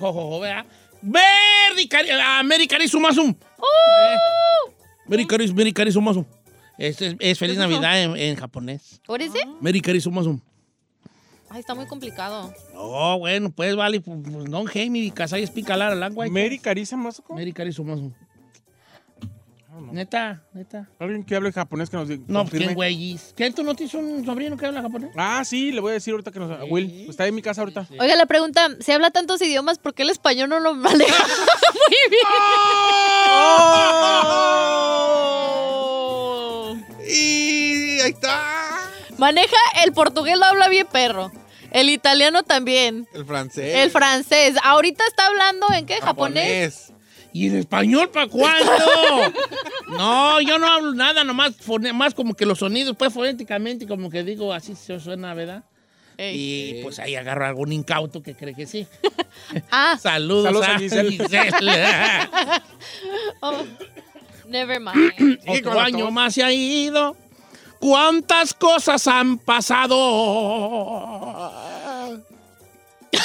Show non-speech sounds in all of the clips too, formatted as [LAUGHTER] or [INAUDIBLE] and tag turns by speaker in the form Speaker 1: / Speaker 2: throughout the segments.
Speaker 1: ojo, vea. Mericari, Americari Sumasum. Mericari, Mericari Sumasum. Este Es, es, es Feliz
Speaker 2: ¿Qué es eso?
Speaker 1: Navidad en, en japonés.
Speaker 3: ¿What is it?
Speaker 1: Mericari Sumasum.
Speaker 3: Ay, está muy complicado.
Speaker 1: No, bueno, pues vale, pues pues, no, Jamie, Casay es picalar al agua.
Speaker 2: Mary Carice Mazuko.
Speaker 1: Mericari Sumasum. Neta, neta.
Speaker 2: Alguien que hable japonés que nos diga.
Speaker 1: No, pues,
Speaker 2: confirme.
Speaker 1: ¿quién güeyes? ¿Qué tú no tienes un sobrino que habla japonés?
Speaker 2: Ah, sí, le voy a decir ahorita que nos. a Will,
Speaker 1: Sí,
Speaker 2: está en mi casa ahorita.
Speaker 3: Oiga, la pregunta, ¿se habla tantos idiomas? ¿Por qué el español no lo maneja [LAUGHS] muy bien?
Speaker 4: Y ahí está.
Speaker 3: [LAUGHS] Maneja el portugués, lo habla bien perro. El italiano también.
Speaker 4: El francés.
Speaker 3: El francés. Ahorita está hablando en qué? Japonés.
Speaker 1: ¿Y en español para cuándo? no, yo no hablo nada, nomás fone- más como que los sonidos, pues fonéticamente, como que digo, así se suena, ¿verdad?
Speaker 3: Ey.
Speaker 1: Y pues ahí agarro a algún incauto que cree que sí.
Speaker 3: Ah,
Speaker 1: Saludos,
Speaker 2: Saludos
Speaker 1: a,
Speaker 2: a Giselle.
Speaker 1: Giselle.
Speaker 3: oh, never mind.
Speaker 4: Sigue con
Speaker 1: Otro
Speaker 4: la
Speaker 1: año
Speaker 4: tos.
Speaker 1: más se ha ido. ¿Cuántas cosas han pasado?
Speaker 3: [LAUGHS] You're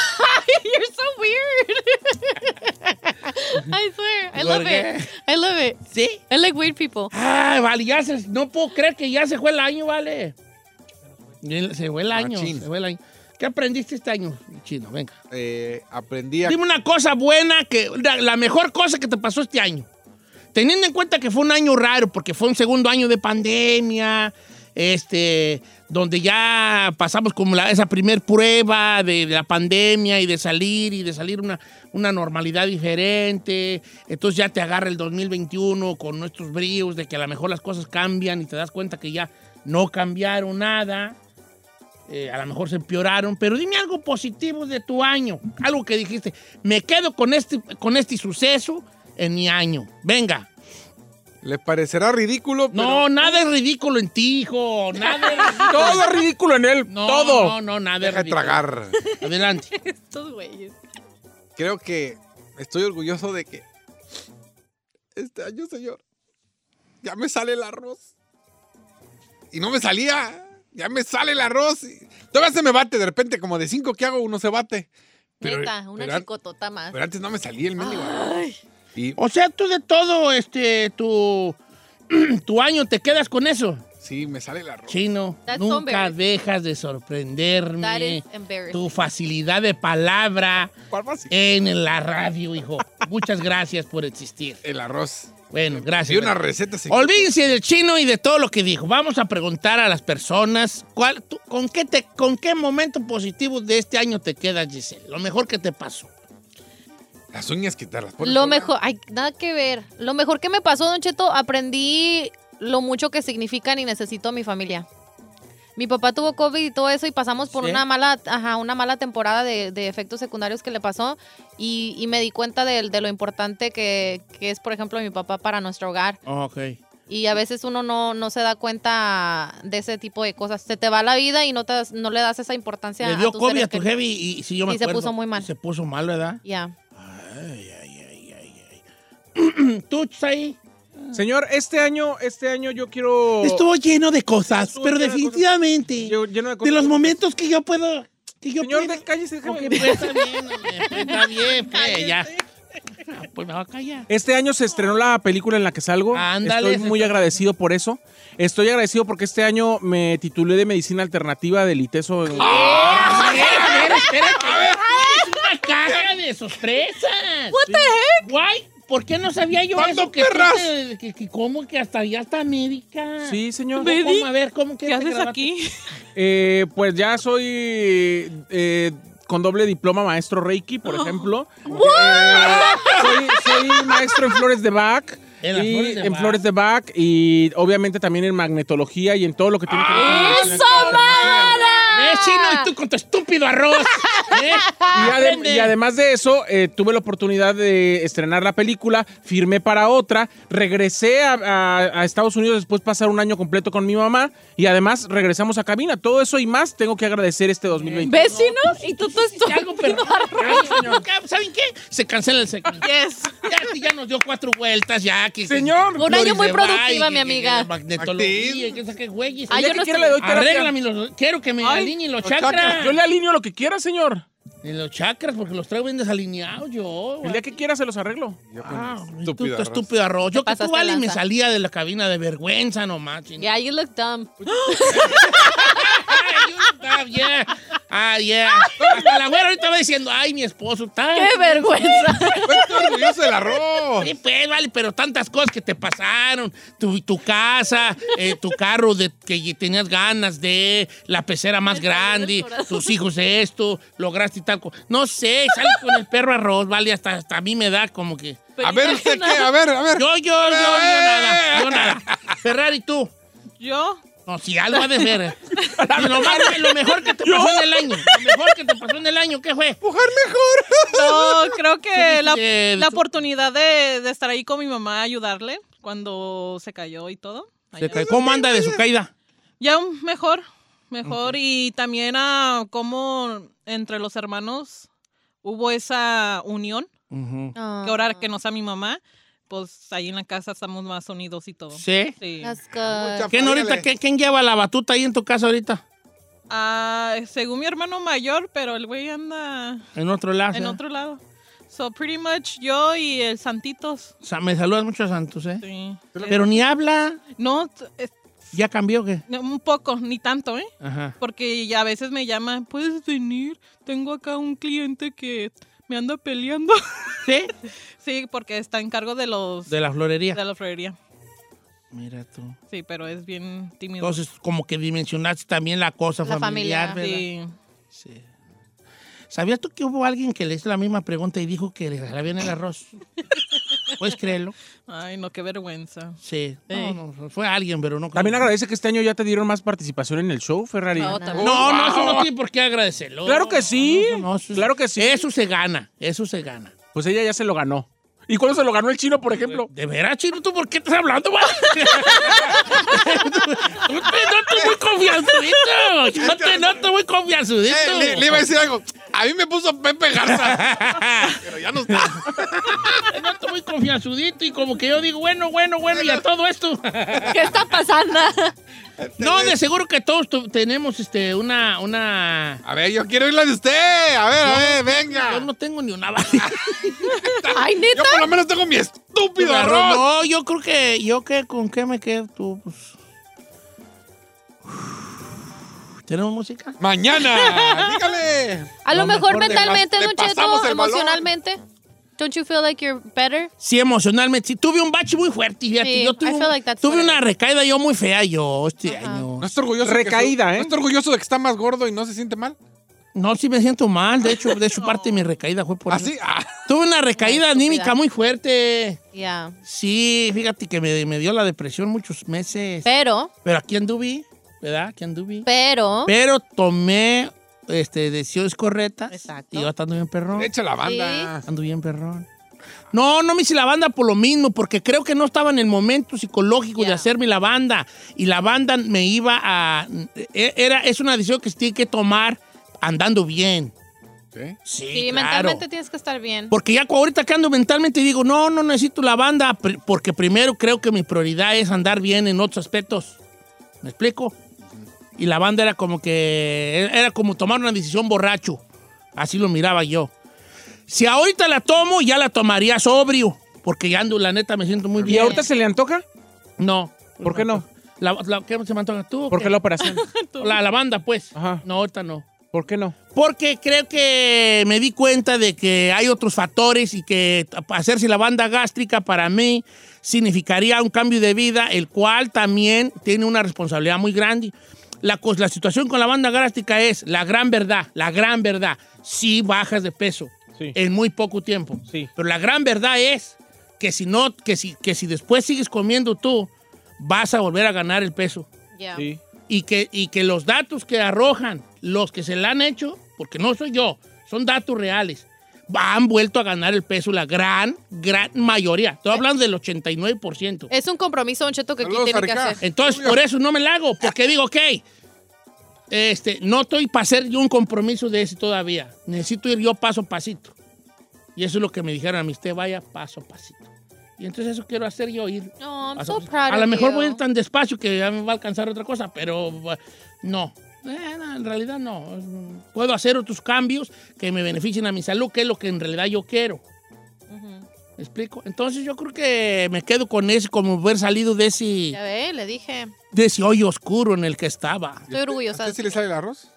Speaker 3: so weird. I swear. I love
Speaker 1: ¿Por qué?
Speaker 3: it. I love it.
Speaker 1: ¿Sí?
Speaker 3: I like weird people.
Speaker 1: Ay, vale, ya se, no puedo creer que ya se fue el año, vale. Ya Se fue el año,
Speaker 4: Machín.
Speaker 1: se fue el año. ¿Qué aprendiste este año, chino? Venga.
Speaker 4: Eh, aprendí a...
Speaker 1: Dime una cosa buena, que la, la mejor cosa que te pasó este año. Teniendo en cuenta que fue un año raro, porque fue un segundo año de pandemia, este, donde ya pasamos como la- esa primer prueba de, de la pandemia y de salir y de salir una, una normalidad diferente. Entonces ya te agarra el 2021 con nuestros bríos de que a lo mejor las cosas cambian y te das cuenta que ya no cambiaron nada. Eh, a lo mejor se empeoraron, pero dime algo positivo de tu año, algo que dijiste, me quedo con este, con este suceso en mi año. Venga,
Speaker 4: Le parecerá ridículo, pero...
Speaker 1: no, nada es ridículo en ti, hijo, nada es
Speaker 4: [LAUGHS]
Speaker 1: ridículo.
Speaker 2: Todo es ridículo en él.
Speaker 1: No,
Speaker 2: todo.
Speaker 1: No, no, nada es
Speaker 4: Deja de
Speaker 1: ridículo.
Speaker 4: tragar.
Speaker 1: Adelante.
Speaker 3: Estos güeyes.
Speaker 4: Creo que estoy orgulloso de que... Este año, señor, ya me sale el arroz. Y no me salía. Ya me sale el arroz. Y... Todavía se me bate. De repente, como de cinco que hago, uno se bate. Pero,
Speaker 3: Neta, una
Speaker 4: pero an-
Speaker 3: chicotota más.
Speaker 4: pero antes no me salía el mendigo arroz.
Speaker 3: Ay,
Speaker 4: Y
Speaker 1: O sea, tú de todo, este, tu, [CLEARS THROAT] tu año, ¿te quedas con eso?
Speaker 4: sí, me sale el arroz.
Speaker 1: Chino,
Speaker 3: That's so
Speaker 1: nunca
Speaker 3: embarrassing.
Speaker 1: dejas de
Speaker 3: that
Speaker 1: sorprenderme.
Speaker 3: is embarrassing.
Speaker 1: Tu facilidad de palabra
Speaker 2: ¿Cuál más?
Speaker 1: en la radio, hijo. Muchas gracias por existir.
Speaker 4: El arroz.
Speaker 1: Bueno,
Speaker 4: Y
Speaker 1: gracias.
Speaker 4: una receta se...
Speaker 1: Olvídense del chino y de todo lo que dijo. Vamos a preguntar a las personas cuál, tú- con, qué te, con qué momento positivo de este año te quedas, Giselle. Lo mejor que te pasó.
Speaker 4: Las uñas quitarlas. ponle
Speaker 3: Lo
Speaker 4: sola.
Speaker 3: mejor, ay, nada que ver. Lo mejor que me pasó, Don Cheto, aprendí lo mucho que significan y necesito a mi familia. Mi papá tuvo COVID y todo eso y pasamos por
Speaker 1: ¿Sí?
Speaker 3: una mala, ajá, una mala temporada de, de efectos secundarios que le pasó y, y me di cuenta de, de lo importante que, que es, por ejemplo, mi papá para nuestro hogar.
Speaker 2: Oh,
Speaker 1: Ok.
Speaker 3: Y a veces uno no, no se da cuenta de ese tipo de cosas. Se te va la vida y no, te das- no le das esa importancia.
Speaker 1: Le dio
Speaker 3: tus
Speaker 1: COVID
Speaker 3: seres
Speaker 1: a tu
Speaker 3: queridos.
Speaker 1: heavy y, si yo me
Speaker 3: Y se
Speaker 1: acuerdo,
Speaker 3: puso muy mal.
Speaker 1: Se puso mal, ¿verdad?
Speaker 3: Ya.
Speaker 1: Ay, ay, ay, ay, ay. ¿Tú, Chay?
Speaker 2: Señor, este año, este año yo quiero.
Speaker 1: Estuvo lleno de cosas,
Speaker 2: Estuvo
Speaker 1: pero
Speaker 2: lleno de cosas.
Speaker 1: definitivamente.
Speaker 2: Yo- lleno de
Speaker 1: de
Speaker 2: cosas.
Speaker 1: los momentos que yo puedo... Que yo
Speaker 2: Señor,
Speaker 1: puedo-
Speaker 2: de cállese, déjame.
Speaker 1: Ok, pues, está bien, hombre, pues, está bien, pues, ya. Ah, Pues me va a callar.
Speaker 2: [LAUGHS] Este año se estrenó la película en la que salgo.
Speaker 1: Ándale,
Speaker 2: Estoy muy
Speaker 1: señor.
Speaker 2: agradecido por eso. Estoy agradecido porque este año me titulé de Medicina Alternativa del ITESO. en-
Speaker 1: Ah, A ver, a ver, espérate. Es una caja de sorpresas. What the heck? Guay, ¿por qué no sabía yo
Speaker 4: ¿Cuándo,
Speaker 1: eso? Que tú
Speaker 4: perras?
Speaker 1: te- que, que ¿Cómo que hasta ya está médica?
Speaker 2: Sí, señor.
Speaker 1: ¿Cómo, cómo? A ver, ¿cómo que
Speaker 5: ¿Qué
Speaker 1: te
Speaker 5: haces
Speaker 1: grabaste?
Speaker 5: aquí?
Speaker 2: Eh, pues ya soy eh, con doble diploma maestro Reiki,
Speaker 3: Oh.
Speaker 2: por ejemplo. Eh, soy, soy maestro en flores de Bach.
Speaker 1: En las
Speaker 2: y-
Speaker 1: flores de
Speaker 2: en
Speaker 1: Bach.
Speaker 2: flores de Bach y obviamente también en magnetología y en todo lo que tiene que ver con
Speaker 3: Ah,
Speaker 2: medicina
Speaker 1: ¿Eh, chino? Y tú con tu estúpido arroz. ¿Eh?
Speaker 2: [LAUGHS] Y, adem-
Speaker 1: Aprende.
Speaker 2: y además de eso, eh, tuve la oportunidad de estrenar la película, firmé para otra, regresé a, a- a Estados Unidos después de pasar un año completo con mi mamá y además regresamos a cabina. Todo eso y más tengo que agradecer este 2020.
Speaker 5: ¿Vecinos? Y
Speaker 4: [LAUGHS]
Speaker 5: tú tú
Speaker 1: Si
Speaker 2: [LAUGHS]
Speaker 1: algo, pero- Ay, señor. ¿Saben qué? Se cancela el segmento.
Speaker 5: Yes.
Speaker 1: Ya, sí, ya nos dio cuatro vueltas, ya. Que
Speaker 2: Señor.
Speaker 3: Un año muy
Speaker 1: Flores de Bach,
Speaker 3: productiva,
Speaker 1: y
Speaker 3: mi
Speaker 1: que- que
Speaker 3: amiga.
Speaker 1: la Magnetología,
Speaker 4: Activo.
Speaker 1: y que saque güeyes.
Speaker 3: Ay, ah,
Speaker 2: Ya
Speaker 3: yo
Speaker 2: que
Speaker 3: no
Speaker 2: quiera
Speaker 3: estoy-
Speaker 2: le doy terapia.
Speaker 1: Arréglame los. Quiero que me
Speaker 2: Ay,
Speaker 1: alineen los
Speaker 2: Yo
Speaker 1: chakras.
Speaker 2: le alineo lo que quiera, señor.
Speaker 1: En los chakras, porque los traigo bien desalineados yo.
Speaker 2: El día que quiera se los arreglo.
Speaker 4: Yo con
Speaker 1: Ah,
Speaker 4: mi
Speaker 1: tú,
Speaker 4: estúpida
Speaker 1: tú
Speaker 4: raza.
Speaker 1: estúpido arroz. Yo que tú
Speaker 3: pasaste
Speaker 1: vale y me
Speaker 3: lanza.
Speaker 1: salía de la cabina de vergüenza nomás. chingada.
Speaker 3: Yeah, you look dumb.
Speaker 1: Ay, you look dumb, yeah. Ah, yeah. Hasta la güera ahorita va diciendo, ay, mi esposo, tal.
Speaker 3: ¡Qué
Speaker 4: [LAUGHS]
Speaker 3: vergüenza!
Speaker 4: Pues estoy orgulloso del arroz.
Speaker 1: Sí, pues, vale, pero tantas cosas que te pasaron. Tu, tu casa, eh, tu carro de, que tenías ganas de, la pecera más
Speaker 3: Me salió del
Speaker 1: grande,
Speaker 3: corazón.
Speaker 1: tus hijos esto, lograste y tal. co- No sé, sales con el perro arroz, vale, hasta, hasta a mí me da como que...
Speaker 4: A ver, usted qué, a ver, a ver.
Speaker 1: Yo, yo, yo, yo nada, yo nada. Ferrari, tú.
Speaker 3: ¿Yo?
Speaker 1: No, si algo ha de
Speaker 5: [LAUGHS]
Speaker 1: ser. eh. Y lo, más- lo mejor que te pasó en el año. Lo mejor que te pasó en el año, ¿qué fue?
Speaker 4: Empujar mejor.
Speaker 5: No, creo que la,
Speaker 1: dijiste,
Speaker 5: la
Speaker 1: tú-
Speaker 5: oportunidad de, de estar ahí con mi mamá, ayudarle cuando se cayó y todo.
Speaker 1: Se
Speaker 5: Allá.
Speaker 1: cae- ¿Cómo anda de su caída?
Speaker 5: Ya un- mejor, mejor. Y también a cómo entre los hermanos hubo esa unión. Que
Speaker 1: Ah.
Speaker 5: ahora que no sea mi mamá, pues ahí en la casa estamos más unidos y todo.
Speaker 1: Sí.
Speaker 5: Sí.
Speaker 3: That's good.
Speaker 1: ¿Quién, ahorita,
Speaker 4: Eh,
Speaker 1: qué- ¿Quién lleva la batuta ahí en tu casa ahorita?
Speaker 5: Ah, según mi hermano mayor, pero el güey anda
Speaker 1: En otro lado.
Speaker 5: en
Speaker 1: ¿eh?
Speaker 5: otro lado. So, pretty much yo y el Santitos.
Speaker 1: Sa- me saludas mucho a Santos, ¿eh?
Speaker 5: Sí.
Speaker 1: Pero ni habla.
Speaker 5: No, t- es-
Speaker 1: ¿Ya cambió o qué?
Speaker 5: un poco, ni tanto, ¿eh?
Speaker 1: Ajá.
Speaker 5: Porque ya a veces me llama, ¿puedes venir? Tengo acá un cliente que me anda peleando. [LAUGHS]
Speaker 1: ¿Sí?
Speaker 5: sí, porque está en cargo de los
Speaker 1: De la florería.
Speaker 5: de la florería.
Speaker 1: Mira tú.
Speaker 5: Sí, pero es bien tímido.
Speaker 1: Entonces, como que dimensionaste también la cosa
Speaker 3: La
Speaker 1: familiar,
Speaker 3: familia.
Speaker 1: ¿verdad?
Speaker 5: Sí.
Speaker 1: Sí. ¿Sabías tú que hubo alguien que le hizo la misma pregunta y dijo que le sabían el arroz? ¿Puedes creerlo?
Speaker 5: Ay, no, qué vergüenza.
Speaker 1: Sí.
Speaker 5: Sí.
Speaker 1: No, no, fue alguien, pero no creo.
Speaker 2: También agradece que este año ya te dieron más participación en el show, Ferrari.
Speaker 3: No, también.
Speaker 1: No, no, eso no tiene por qué agradecerlo.
Speaker 2: Claro que sí.
Speaker 1: No, no, no, eso-
Speaker 2: Claro que sí.
Speaker 1: Eso se gana, eso se gana.
Speaker 2: Pues ella ya se lo ganó. ¿Y cuándo se lo ganó el chino, por ejemplo?
Speaker 1: ¿De veras, Chino? ¿Tú por qué estás hablando, güey? [LAUGHS] Tú- tú- No estoy muy confianzudito. Yo te noto muy confianzudito.
Speaker 4: Eh, le, le iba a decir algo. A mí me puso Pepe
Speaker 1: [LAUGHS]
Speaker 4: Garza. pero ya no está.
Speaker 1: Te noto muy confianzudito y como que yo digo, bueno, bueno, bueno, y a todo esto.
Speaker 3: ¿Qué está
Speaker 4: [LAUGHS]
Speaker 3: pasando?
Speaker 1: No, de seguro que todos tu- tenemos este, una, una...
Speaker 4: A ver, yo quiero ir la de usted. A ver, a ver,
Speaker 1: Yo
Speaker 4: venga.
Speaker 1: no tengo ni
Speaker 4: [LAUGHS]
Speaker 1: una bala.
Speaker 3: Ay,
Speaker 4: Yo
Speaker 3: neta.
Speaker 4: por lo menos tengo mi estúpido arroz.
Speaker 1: No, yo creo que, yo que, ¿con qué me quedo tú? Pues... ¿Tenemos música? [LAUGHS]
Speaker 4: Mañana. Dígale.
Speaker 3: A lo
Speaker 1: lo
Speaker 3: mejor
Speaker 1: mejor le
Speaker 3: mentalmente,
Speaker 4: pas-
Speaker 3: Don
Speaker 4: le pasamos
Speaker 3: Cheto,
Speaker 4: el balón.
Speaker 3: emocionalmente. Don't you feel like you're better?
Speaker 1: Sí, emocionalmente. Sí, tuve un bache muy fuerte. fíjate.
Speaker 3: Sí,
Speaker 1: yo
Speaker 3: I
Speaker 1: tuve,
Speaker 3: feel like that's
Speaker 1: tuve
Speaker 3: what it
Speaker 1: una recaída yo muy fea yo este año.
Speaker 4: No está orgulloso. de que
Speaker 2: Recaída,
Speaker 4: su-
Speaker 2: ¿eh?
Speaker 4: No está orgulloso de que está más gordo y no se siente mal.
Speaker 1: No, sí me siento mal. De hecho,
Speaker 3: [LAUGHS]
Speaker 1: de hecho parte de mi recaída fue por eso.
Speaker 4: Así. Ah, [LAUGHS]
Speaker 1: Tuve una recaída
Speaker 3: Una estúpida.
Speaker 1: anímica muy fuerte.
Speaker 3: Yeah.
Speaker 1: Sí, fíjate que me, me dio la depresión muchos meses.
Speaker 3: Pero,
Speaker 1: Pero aquí anduve, ¿verdad? Aquí anduve.
Speaker 3: pero,
Speaker 1: Pero tomé este, decisiones correctas.
Speaker 3: Exacto.
Speaker 1: Y yo hasta ando bien perrón.
Speaker 4: Echa la banda.
Speaker 1: Ando bien perrón. No, no me hice la banda por lo mismo, porque creo que no estaba en el momento psicológico de
Speaker 3: Ya.
Speaker 1: hacerme la banda. Y la banda me iba a... e- Era, es una decisión que se tiene que tomar andando bien.
Speaker 4: Sí.
Speaker 1: Sí,
Speaker 3: sí,
Speaker 1: claro.
Speaker 3: mentalmente tienes que estar bien.
Speaker 1: Porque ya cu- ahorita que ando mentalmente digo, no, no necesito la banda, pr- porque primero creo que mi prioridad es andar bien en otros aspectos. ¿Me explico? Y la banda era como que, e-, era como tomar una decisión borracho. Así lo miraba yo. Si ahorita la tomo, ya la tomaría sobrio, porque ya ando, la neta, me siento muy
Speaker 2: ¿Y
Speaker 1: bien.
Speaker 2: ahorita se le antoja?
Speaker 1: No.
Speaker 2: ¿Por qué no?
Speaker 1: La, la- ¿Qué se me antoja tú? o
Speaker 2: ¿Por qué
Speaker 1: qué?
Speaker 4: [LAUGHS]
Speaker 2: la operación?
Speaker 1: La, la banda, pues.
Speaker 2: Ajá.
Speaker 1: No, ahorita no.
Speaker 2: ¿Por qué no?
Speaker 1: Porque creo que me di cuenta de que hay otros factores y que hacerse la banda gástrica para mí significaría un cambio de vida, el cual también tiene una responsabilidad muy grande. La, cos- la situación con la banda gástrica es la gran verdad, la gran verdad. Si bajas de peso
Speaker 2: Sí.
Speaker 1: en muy poco tiempo.
Speaker 2: Sí.
Speaker 1: Pero la gran verdad es que si, no, que, si, que si después sigues comiendo tú, vas a volver a ganar el peso
Speaker 3: Yeah.
Speaker 2: Sí.
Speaker 1: y que, y que los datos que arrojan los que se la han hecho, porque no soy yo, son datos reales, han vuelto a ganar el peso la gran, gran mayoría. Estoy hablando del 89%.
Speaker 3: Es un compromiso, Don Cheto, que aquí
Speaker 4: Saludos,
Speaker 3: tiene que
Speaker 4: Arica.
Speaker 3: hacer.
Speaker 1: Entonces, por eso no me la hago, porque digo, ok, este, no estoy para hacer yo un compromiso de ese todavía. Necesito ir yo paso a pasito. Y eso es lo que me dijeron a mí, usted vaya paso a pasito. Y entonces eso quiero hacer yo, ir
Speaker 3: No, I'm
Speaker 1: a-
Speaker 3: so proud
Speaker 1: pues, a lo
Speaker 3: of
Speaker 1: mejor
Speaker 3: you.
Speaker 1: voy a ir tan despacio que ya me va a alcanzar otra cosa, pero uh, eh, no. Eh, no, en realidad no. Puedo hacer otros cambios que me beneficien a mi salud, que es lo que en realidad yo quiero. ¿Me explico? Entonces yo creo que me quedo con ese, como haber salido de ese,
Speaker 3: Ya ve, le dije.
Speaker 1: de ese hoyo oscuro en el que estaba.
Speaker 3: Estoy orgullosa.
Speaker 4: ¿A usted sí le sale el arroz?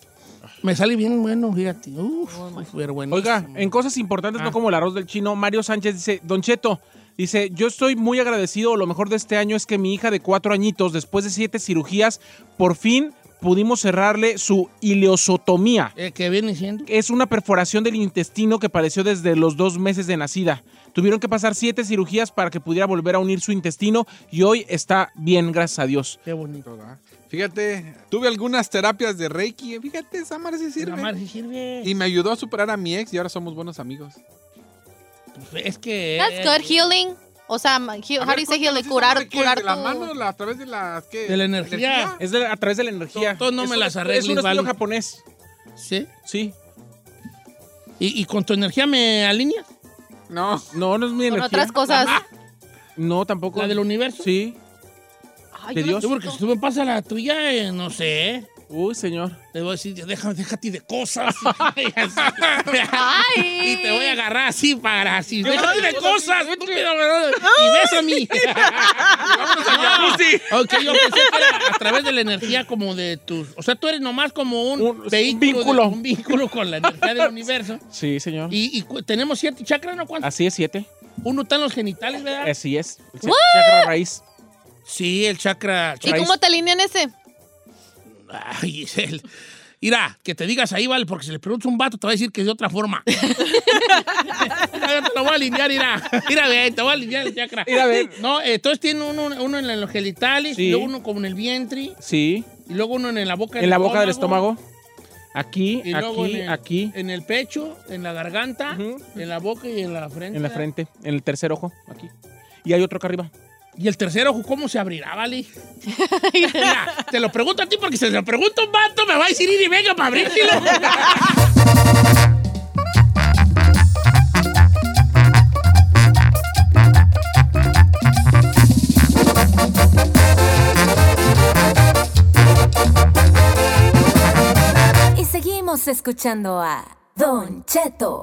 Speaker 1: Me sale bien bueno, fíjate. Uf, pero bueno.
Speaker 2: Oiga, en cosas importantes,
Speaker 1: Ah.
Speaker 2: no como el arroz del chino, Mario Sánchez dice, Don Cheto, dice, yo estoy muy agradecido, lo mejor de este año es que mi hija de cuatro añitos, después de siete cirugías, por fin pudimos cerrarle su ileosotomía.
Speaker 1: Eh, ¿Qué viene siendo?
Speaker 2: Es una perforación del intestino que padeció desde los dos meses de nacida. Tuvieron que pasar siete cirugías para que pudiera volver a unir su intestino y hoy está bien, gracias a Dios.
Speaker 1: Qué bonito.
Speaker 4: Toda. Fíjate, tuve algunas terapias de Reiki. Fíjate, esa madre sí
Speaker 1: La madre
Speaker 4: sirve.
Speaker 1: sí sirve.
Speaker 4: Y me ayudó a superar a mi ex y ahora somos buenos amigos.
Speaker 1: Pues, es que...
Speaker 3: That's good healing. O sea, ma- he-
Speaker 4: A
Speaker 3: how
Speaker 4: ver,
Speaker 3: do you say
Speaker 4: cuéntanos
Speaker 3: healing?
Speaker 4: esa
Speaker 3: Curar,
Speaker 4: madre, ¿qué?
Speaker 3: curar
Speaker 4: ¿De la
Speaker 3: tu-
Speaker 4: mano? la- ¿A través de las qué?
Speaker 1: De la energía.
Speaker 2: Es de- a través de la energía.
Speaker 1: Todo no
Speaker 2: Es
Speaker 1: me
Speaker 2: un-
Speaker 1: las arregles,
Speaker 2: Es un estilo
Speaker 1: Val.
Speaker 2: japonés,
Speaker 1: ¿Sí?
Speaker 2: sí.
Speaker 1: ¿Y, y con tu energía me alineas?
Speaker 4: No.
Speaker 2: No, no es mi
Speaker 3: Con
Speaker 2: energía.
Speaker 3: otras cosas.
Speaker 2: No, tampoco.
Speaker 1: ¿La del universo?
Speaker 2: Sí.
Speaker 3: Ay,
Speaker 2: de
Speaker 3: yo no
Speaker 2: Dios.
Speaker 1: Sí, porque si tú me pasas la tuya, eh, no sé.
Speaker 2: Uy, señor.
Speaker 1: Te voy a decir, déjame, déjate de
Speaker 2: [LAUGHS]
Speaker 1: cosas. [LAUGHS]
Speaker 3: Ay.
Speaker 1: y te voy a agarrar así para así.
Speaker 2: Yo
Speaker 1: Déjate
Speaker 2: no,
Speaker 1: de
Speaker 2: yo
Speaker 1: cosas.
Speaker 2: también,
Speaker 1: estúpido, y ves a mí.
Speaker 2: [LAUGHS] jacuzzi.
Speaker 1: Ok, yo pensé que era a través de la energía como de tus... O sea, tú eres nomás como un,
Speaker 2: Un-
Speaker 1: vehículo. de-
Speaker 2: vínculo.
Speaker 1: un vínculo con la energía del
Speaker 2: [LAUGHS]
Speaker 1: universo.
Speaker 2: Sí, señor.
Speaker 1: Y, y cu- tenemos siete chakras, ¿no? ¿Cuántos?
Speaker 2: Así es, siete.
Speaker 1: Uno está en los genitales, ¿verdad?
Speaker 2: Así es. El cha- chakra raíz.
Speaker 1: Sí, el chakra...
Speaker 3: ¿Y cómo te alinean ese?
Speaker 1: Ay, Giselle. Mira, que te digas ahí, vale, porque si le preguntas a un vato te va a decir que es de otra forma. Ay, te lo voy a alinear, mira. Mira, ve, te voy a alinear el chakra.
Speaker 2: Mira, ve.
Speaker 1: [LAUGHS] No, eh, entonces tiene uno, uno en los genitales,
Speaker 2: Sí.
Speaker 1: y luego uno como en el vientre,
Speaker 2: Sí.
Speaker 1: y luego uno en la boca
Speaker 2: En la boca del estómago. Aquí,
Speaker 1: y luego
Speaker 2: aquí,
Speaker 1: en el,
Speaker 2: aquí.
Speaker 1: En el pecho, en la garganta,
Speaker 2: Ujú.
Speaker 1: en la boca y en la frente.
Speaker 2: En la frente. En el tercer ojo. Aquí. Y hay otro acá arriba.
Speaker 1: Y el tercer ojo, ¿cómo se abrirá, vale? Mira, te lo pregunto a ti porque si se lo pregunto a un vato me va a decir ir y venga para abrírselo.
Speaker 2: [LAUGHS]
Speaker 6: Y seguimos escuchando a Don Cheto.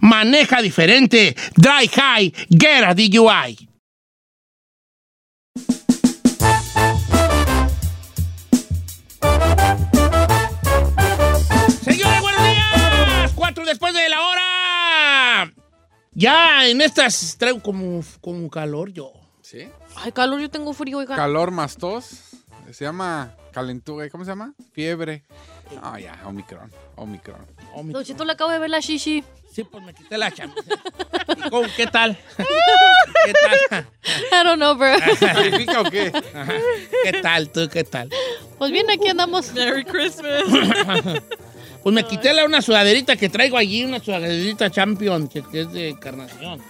Speaker 1: maneja diferente. Drive high, get a DUI. Señores, buenos días. Cuatro después de la hora. Ya en estas traigo como, como calor yo.
Speaker 4: ¿Sí?
Speaker 3: Ay, calor, yo tengo frío, oiga.
Speaker 4: Calor más tos. Se llama calentura. ¿Cómo se llama? Fiebre. Ah, ya, Omicron. Omicron. [LAUGHS]
Speaker 1: Oh, mi-
Speaker 3: Don Cheto le acabo de ver la shishi.
Speaker 1: Sí, pues me quité la camisa. ¿Y cómo?
Speaker 3: [LAUGHS]
Speaker 1: ¿Qué tal? ¿Qué tal?
Speaker 3: I don't know, bro.
Speaker 4: Ah. ¿Significa o qué?
Speaker 1: ¿Qué tal tú? ¿Qué
Speaker 3: [LAUGHS]
Speaker 1: tal?
Speaker 3: Pues bien, aquí andamos.
Speaker 5: Merry
Speaker 1: [COUGHS]
Speaker 5: Christmas.
Speaker 1: Pues me quité la, una sudaderita que traigo allí, una sudaderita Champion, que, que es de carnación.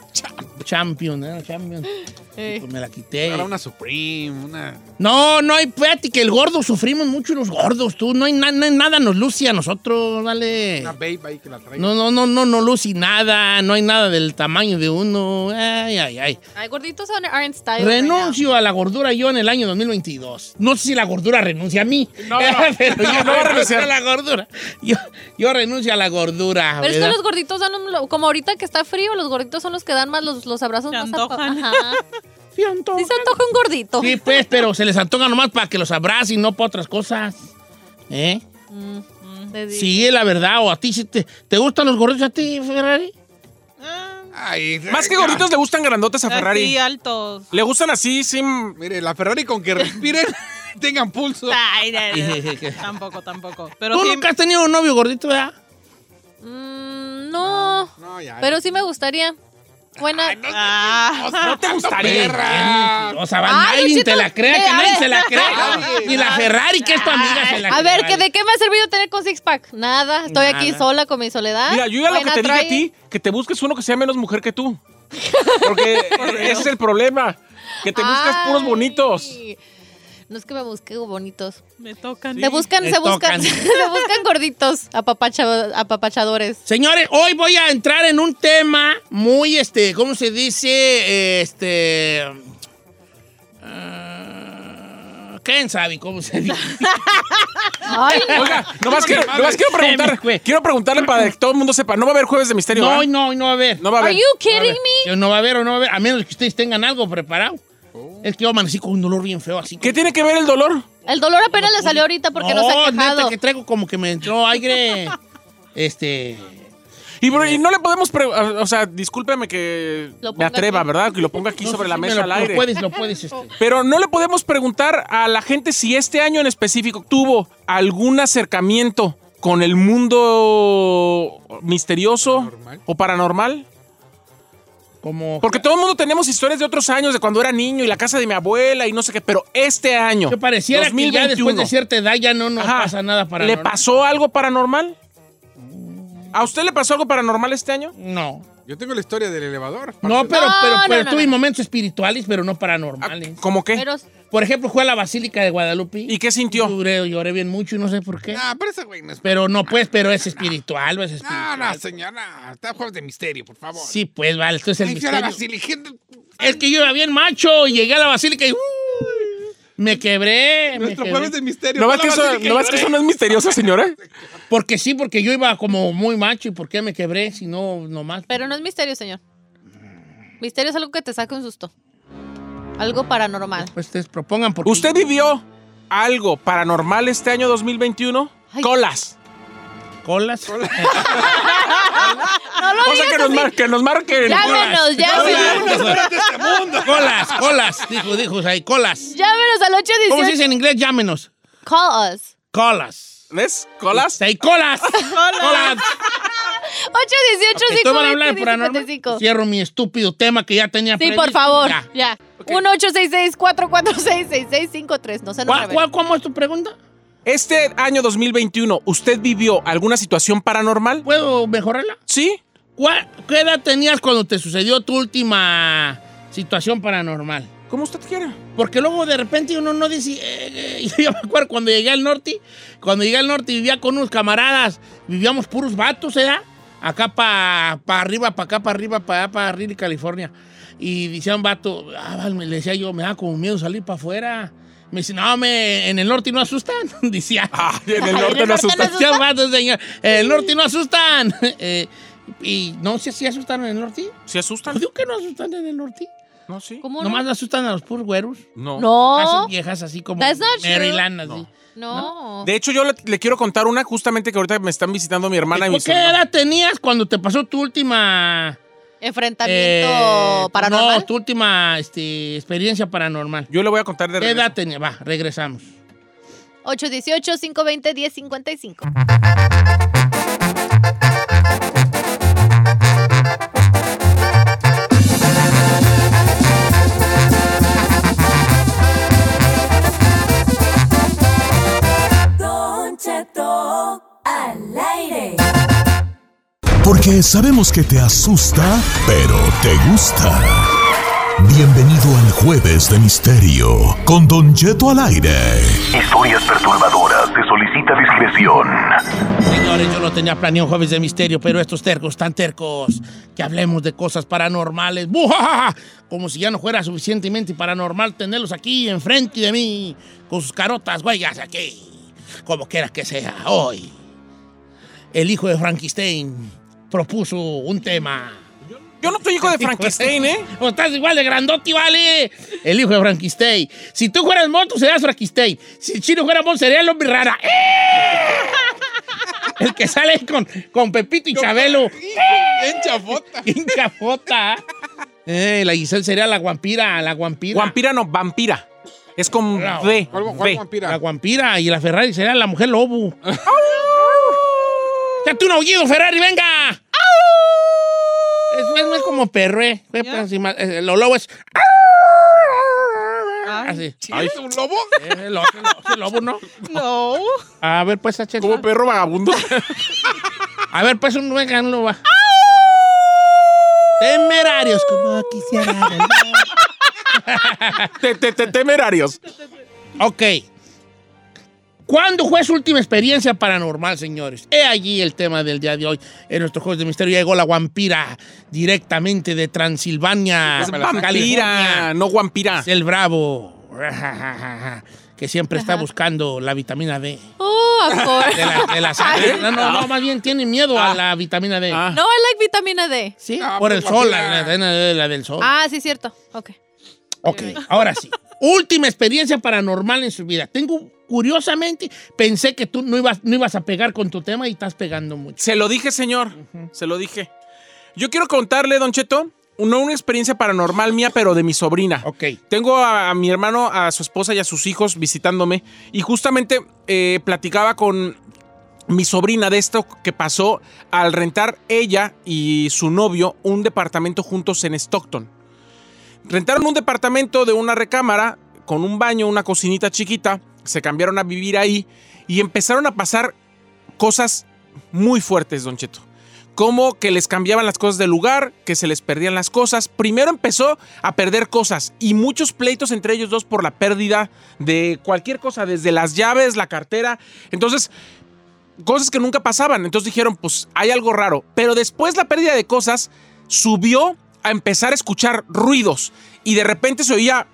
Speaker 1: Champion, ¿eh? Champion. Y
Speaker 3: Eh,
Speaker 1: Pues me la quité.
Speaker 4: Era una Supreme, una...
Speaker 1: No, no hay, fíjate que el gordo, sufrimos mucho los gordos, tú. No hay, na- no hay nada, nos luce a nosotros, dale.
Speaker 4: Una babe ahí que la traigo.
Speaker 1: Eh. No, no, no, no, no luce nada, no hay nada del tamaño de uno. Ay, ay, ay.
Speaker 3: Ay, gorditos aren't- aren't style. right now.
Speaker 1: Renuncio a la gordura yo en el año 2022. No sé si la gordura renuncia a mí.
Speaker 2: No, no.
Speaker 1: [LAUGHS] pero yo
Speaker 2: No va a
Speaker 1: renuncio
Speaker 2: renunciar.
Speaker 1: a la gordura. Yo, yo renuncio a la gordura.
Speaker 3: Pero es que
Speaker 1: ¿verdad?
Speaker 3: los gorditos dan, un- lo- como ahorita que está frío, los gorditos son los que dan más los, los abrazos
Speaker 5: Se
Speaker 3: más apa-
Speaker 5: antojan.
Speaker 3: Ajá.
Speaker 1: Sí, antoja.
Speaker 3: Sí se antoja un gordito.
Speaker 1: Sí, pues, pero se les antoja nomás para que los abracen, no para otras cosas. ¿Eh?
Speaker 3: Te digo.
Speaker 1: Sí, la verdad. O a ti, si te, ¿te gustan los gorditos a ti, Ferrari?
Speaker 5: Ah,
Speaker 4: Ay,
Speaker 2: Más que
Speaker 4: ya.
Speaker 2: gorditos le gustan grandotes a
Speaker 5: Así
Speaker 2: Ferrari.
Speaker 5: altos.
Speaker 2: Le gustan así, sin.
Speaker 4: Mire, la Ferrari con que respiren, [LAUGHS] tengan pulso.
Speaker 3: Ah.
Speaker 5: Ay, no, no,
Speaker 1: Sí, sí, sí.
Speaker 5: no. tampoco, tampoco. Pero
Speaker 1: Tú
Speaker 5: sí,
Speaker 1: nunca has tenido un novio gordito, ¿verdad?
Speaker 3: Mm, no.
Speaker 4: No, ya.
Speaker 3: Pero sí me gustaría. Bueno,
Speaker 5: Ah,
Speaker 2: No te gustaría.
Speaker 1: Perra. O sea, va-
Speaker 3: Ay,
Speaker 1: nadie
Speaker 3: Luchito,
Speaker 1: te la crea,
Speaker 3: eh,
Speaker 1: que
Speaker 3: a
Speaker 1: nadie
Speaker 3: ver.
Speaker 1: se la crea.
Speaker 4: Ay,
Speaker 1: Ni la Ferrari, que es tu amiga, se la
Speaker 3: a ver,
Speaker 1: crea.
Speaker 3: ¿que ¿de qué me ha servido tener con Six Pack? Nada, estoy aquí
Speaker 1: Nada.
Speaker 3: sola con mi soledad.
Speaker 2: Mira, yo ya lo que
Speaker 3: Buena
Speaker 2: te dije a
Speaker 3: trae.
Speaker 2: ti, que te busques uno que sea menos mujer que tú. Porque ese es el problema. Que te buscas puros
Speaker 3: Ay.
Speaker 2: bonitos.
Speaker 3: No es que me busque bonitos.
Speaker 5: me tocan.
Speaker 3: Te buscan,
Speaker 1: me
Speaker 3: se buscan, [LAUGHS]
Speaker 1: tocan.
Speaker 3: se buscan gorditos, apapacha- apapachadores.
Speaker 1: Señores, hoy voy a entrar en un tema muy, este, ¿cómo se dice? Eh, Este... ah, ¿Quién sabe cómo se dice? [LAUGHS]
Speaker 3: Ay,
Speaker 2: Oiga, nomás quiero,
Speaker 1: madre.
Speaker 2: nomás quiero
Speaker 1: Se me fue.
Speaker 2: preguntar, quiero preguntarle para que todo el mundo sepa. No va a haber jueves de misterio.
Speaker 1: No,
Speaker 2: ¿verdad?
Speaker 1: no, no va a haber.
Speaker 2: No va a
Speaker 3: are
Speaker 2: haber.
Speaker 3: you kidding me?
Speaker 1: Yo No va a haber o no va a haber, a menos que ustedes tengan algo preparado. Es que yo amanecí con un dolor bien feo, así
Speaker 2: ¿Qué
Speaker 1: como-
Speaker 2: tiene que ver el dolor?
Speaker 3: El dolor apenas le salió ahorita porque no, se ha
Speaker 1: neta,
Speaker 3: quejado.
Speaker 1: que traigo como que me
Speaker 3: [LAUGHS]
Speaker 1: entró aire, este...
Speaker 2: Y, bro, y no le podemos, pre- ah, o sea, discúlpeme que
Speaker 3: Lo
Speaker 2: me
Speaker 3: ponga
Speaker 2: atreva,
Speaker 3: aquí.
Speaker 2: ¿verdad? Que lo ponga aquí
Speaker 1: no sé
Speaker 2: sobre
Speaker 1: si
Speaker 2: la
Speaker 1: me
Speaker 2: mesa
Speaker 1: lo-
Speaker 2: al aire.
Speaker 1: Lo puedes, lo puedes, este.
Speaker 2: Pero no le podemos preguntar a la gente si este año en específico tuvo algún acercamiento con el mundo misterioso
Speaker 4: Paranormal.
Speaker 2: o paranormal.
Speaker 1: Como...
Speaker 2: [LAUGHS] Porque todo el mundo tenemos historias de otros años, de cuando era niño y la casa de mi abuela y no sé qué, pero este año.
Speaker 1: Que pareciera que ya después de cierta edad ya no nos
Speaker 2: Ajá.
Speaker 1: pasa nada para
Speaker 2: ¿Le pasó algo paranormal? ¿A usted le pasó algo paranormal este año?
Speaker 1: No.
Speaker 4: Yo tengo la historia del elevador.
Speaker 1: No, pero,
Speaker 3: No,
Speaker 1: pero,
Speaker 3: no,
Speaker 1: pero
Speaker 3: no,
Speaker 1: tuve
Speaker 3: no.
Speaker 1: momentos espirituales, pero no
Speaker 2: Ah,
Speaker 1: paranormales.
Speaker 2: ¿Cómo qué?
Speaker 3: Pero-
Speaker 1: Por ejemplo, fue a la Basílica de Guadalupe.
Speaker 2: ¿Y qué sintió?
Speaker 1: Lloré, lloré bien mucho y no sé por qué.
Speaker 4: Ah, pero ese güey no es.
Speaker 1: Pero no, pues, pero es espiritual, pues, es
Speaker 4: No,
Speaker 1: espiritual.
Speaker 4: no, señora. Está jueves de misterio, por favor.
Speaker 1: Sí, pues, vale, esto es el
Speaker 4: Ay, señora
Speaker 1: misterio.
Speaker 4: Basiligente.
Speaker 1: Es que yo era bien macho y llegué a la Basílica y... ¡uy! me quebré. me
Speaker 4: Nuestro
Speaker 1: quebré.
Speaker 4: jueves de misterio.
Speaker 2: ¿No
Speaker 4: fue
Speaker 2: ves que
Speaker 4: la
Speaker 2: eso
Speaker 4: Basílica
Speaker 2: no ves que eso no es misterioso, señora?
Speaker 1: Porque sí, porque yo iba como muy macho y ¿por qué me quebré? Si no, nomás.
Speaker 3: Pero no es misterio, señor. Misterio es algo que te saca un susto. Algo paranormal.
Speaker 1: Pues ustedes propongan porque...
Speaker 2: ¿Usted vivió algo paranormal este año 2021?
Speaker 3: Ay.
Speaker 2: Colas.
Speaker 1: Colas.
Speaker 3: No lo
Speaker 2: O sea, que nos, mar- que nos marquen.
Speaker 3: Ah, Llámenos, llámenos.
Speaker 1: Colas, colas, colas, dijo, dijo, o sea, y colas.
Speaker 3: Llámenos al
Speaker 1: ¿Cómo se
Speaker 3: 818.
Speaker 1: dice en inglés? Llámenos.
Speaker 3: Call us.
Speaker 1: Colas.
Speaker 2: ¿Ves? Colas.
Speaker 1: Hay
Speaker 3: [LAUGHS]
Speaker 1: colas. Colas. Estoy van a hablar por
Speaker 3: 818
Speaker 1: anormal. Cierro mi estúpido tema que ya tenía
Speaker 3: Sí,
Speaker 1: previsto.
Speaker 3: por favor.
Speaker 1: Ya.
Speaker 3: Ya. 1-866-446-6653. No se nos
Speaker 1: ¿Cuál,
Speaker 3: revelen.
Speaker 1: cuál- cómo es tu pregunta?
Speaker 2: Este año 2021, ¿usted vivió alguna situación paranormal?
Speaker 1: ¿Puedo mejorarla?
Speaker 2: Sí.
Speaker 1: ¿Cuál- ¿Qué edad tenías cuando te sucedió tu última situación paranormal?
Speaker 2: Como usted quiera.
Speaker 1: Porque luego de repente uno no dice. eh, eh, [LAUGHS] yo me acuerdo cuando llegué al norte, cuando llegué al norte vivía con unos camaradas, vivíamos puros vatos, ¿eh? Acá para pa arriba, para acá, para arriba, para allá, para arriba, California. Y decía un vato, ah, me le decía yo, me da como miedo salir para afuera. Me dice, no, me, en el norte no asustan. [LAUGHS] decía,
Speaker 2: Ah, en el
Speaker 3: Ay,
Speaker 2: norte no asusta.
Speaker 1: decía un vato, señor, en el norte no asustan. [LAUGHS] Eh, y no sé si asustan en el norte.
Speaker 2: ¿Se asustan?
Speaker 1: Pues digo que no asustan en el norte.
Speaker 2: No, sí.
Speaker 3: ¿Cómo
Speaker 1: Nomás
Speaker 3: no?
Speaker 1: asustan a los puros güeros.
Speaker 2: No.
Speaker 1: Casas
Speaker 3: No.
Speaker 1: viejas así como
Speaker 3: Oh. That's not true.
Speaker 1: Maryland, así.
Speaker 3: No.
Speaker 2: De hecho, yo le, le quiero contar una justamente que ahorita me están visitando mi hermana y mi
Speaker 1: ¿Tú ¿Qué
Speaker 2: sobrino.
Speaker 1: edad tenías cuando te pasó tu última...
Speaker 3: Enfrentamiento
Speaker 1: eh,
Speaker 3: paranormal.
Speaker 1: No, tu última este, experiencia paranormal.
Speaker 2: Yo le voy a contar de
Speaker 1: ¿Qué
Speaker 2: regreso.
Speaker 1: edad tenías? Va, regresamos.
Speaker 3: 818-520-1055.
Speaker 6: Don Cheto al aire.
Speaker 7: Porque sabemos que te asusta, pero te gusta. Bienvenido al Jueves de Misterio con Don Cheto al aire.
Speaker 8: Historias perturbadoras. Se solicita discreción.
Speaker 1: Señores, yo no tenía planeado Jueves de Misterio, pero estos tercos, tan tercos, que hablemos de cosas paranormales. ¡Bujajaja! Como si ya no fuera suficientemente paranormal tenerlos aquí enfrente de mí, con sus carotas huellas aquí, como quiera que sea. Hoy, el hijo de Frankenstein propuso un tema.
Speaker 2: Yo no soy
Speaker 5: [LAUGHS]
Speaker 2: hijo de Frankenstein, ¿eh?
Speaker 1: O estás igual de grandote, vale. El hijo de Frankenstein. Si tú fueras moto, serías Frankenstein. Si el chino fuera moto, sería el hombre rara. ¡Eh! El que sale ahí con, con Pepito y Chabelo.
Speaker 4: En chafota.
Speaker 1: Inca Fota. Eh, la Giselle sería la guampira, la guampira.
Speaker 2: Vampira no, vampira. Es con
Speaker 1: Bravo.
Speaker 2: V.
Speaker 4: ¿Cuál, cuál
Speaker 2: V.
Speaker 4: [LAUGHS]
Speaker 1: La
Speaker 4: vampira?
Speaker 1: guampira y la Ferrari sería la mujer lobo. ¡Date un aullido, Ferrari, venga! Eso es, no es como perro, ¿eh? Fue
Speaker 5: Ya.
Speaker 1: por encima, eh, Lo lobo es.
Speaker 5: Ay.
Speaker 1: Así.
Speaker 4: Ay, ¿Es un lobo?
Speaker 1: Eh, lo- lo- sí, lobo, ¿no?
Speaker 5: No.
Speaker 1: A ver, pues, H.
Speaker 2: Como
Speaker 4: [LAUGHS]
Speaker 2: perro vagabundo.
Speaker 1: A ver, pues, un venga, no va. Temerarios, como quisiera. ¿verdad?
Speaker 2: Te- te- te- temerarios.
Speaker 1: Ok. ¿Cuándo fue su última experiencia paranormal, señores? He allí el tema del día de hoy. En nuestro Juegos de Misterio llegó la vampira directamente de
Speaker 4: Ah,
Speaker 1: Transilvania.
Speaker 2: Es
Speaker 1: California.
Speaker 2: vampira, no guampira.
Speaker 1: Es el bravo. [LAUGHS] Que siempre está buscando la vitamina D.
Speaker 3: [LAUGHS]
Speaker 1: [LAUGHS]
Speaker 3: Oh, of course.
Speaker 1: De la, de la
Speaker 2: [LAUGHS]
Speaker 1: sangre. No, no, no, más bien tiene miedo a la vitamina D.
Speaker 2: Ah.
Speaker 3: No, I like vitamina D.
Speaker 1: Sí,
Speaker 4: Ah,
Speaker 1: por el
Speaker 4: pues,
Speaker 1: sol,
Speaker 4: vacuna.
Speaker 1: la, la- la del sol.
Speaker 3: Ah, sí, cierto. Ok.
Speaker 1: Ok, ahora sí. Última experiencia paranormal en su vida. Tengo, curiosamente, pensé que tú no ibas, no ibas a pegar con tu tema y estás pegando mucho.
Speaker 2: Se lo dije, señor. Se lo dije. Yo quiero contarle, Don Cheto, no una experiencia paranormal mía, pero de mi sobrina.
Speaker 1: Ok.
Speaker 2: Tengo a, a mi hermano, a su esposa y a sus hijos visitándome. Y justamente eh, platicaba con mi sobrina de esto que pasó al rentar ella y su novio un departamento juntos en Stockton. Rentaron un departamento de una recámara con un baño, una cocinita chiquita. Se cambiaron a vivir ahí y empezaron a pasar cosas muy fuertes, Don Cheto. Como que les cambiaban las cosas del lugar, que se les perdían las cosas. Primero empezó a perder cosas y muchos pleitos entre ellos dos por la pérdida de cualquier cosa, desde las llaves, la cartera. Entonces, cosas que nunca pasaban. Entonces dijeron, pues hay algo raro. Pero después la pérdida de cosas subió a empezar a escuchar ruidos y de repente se oía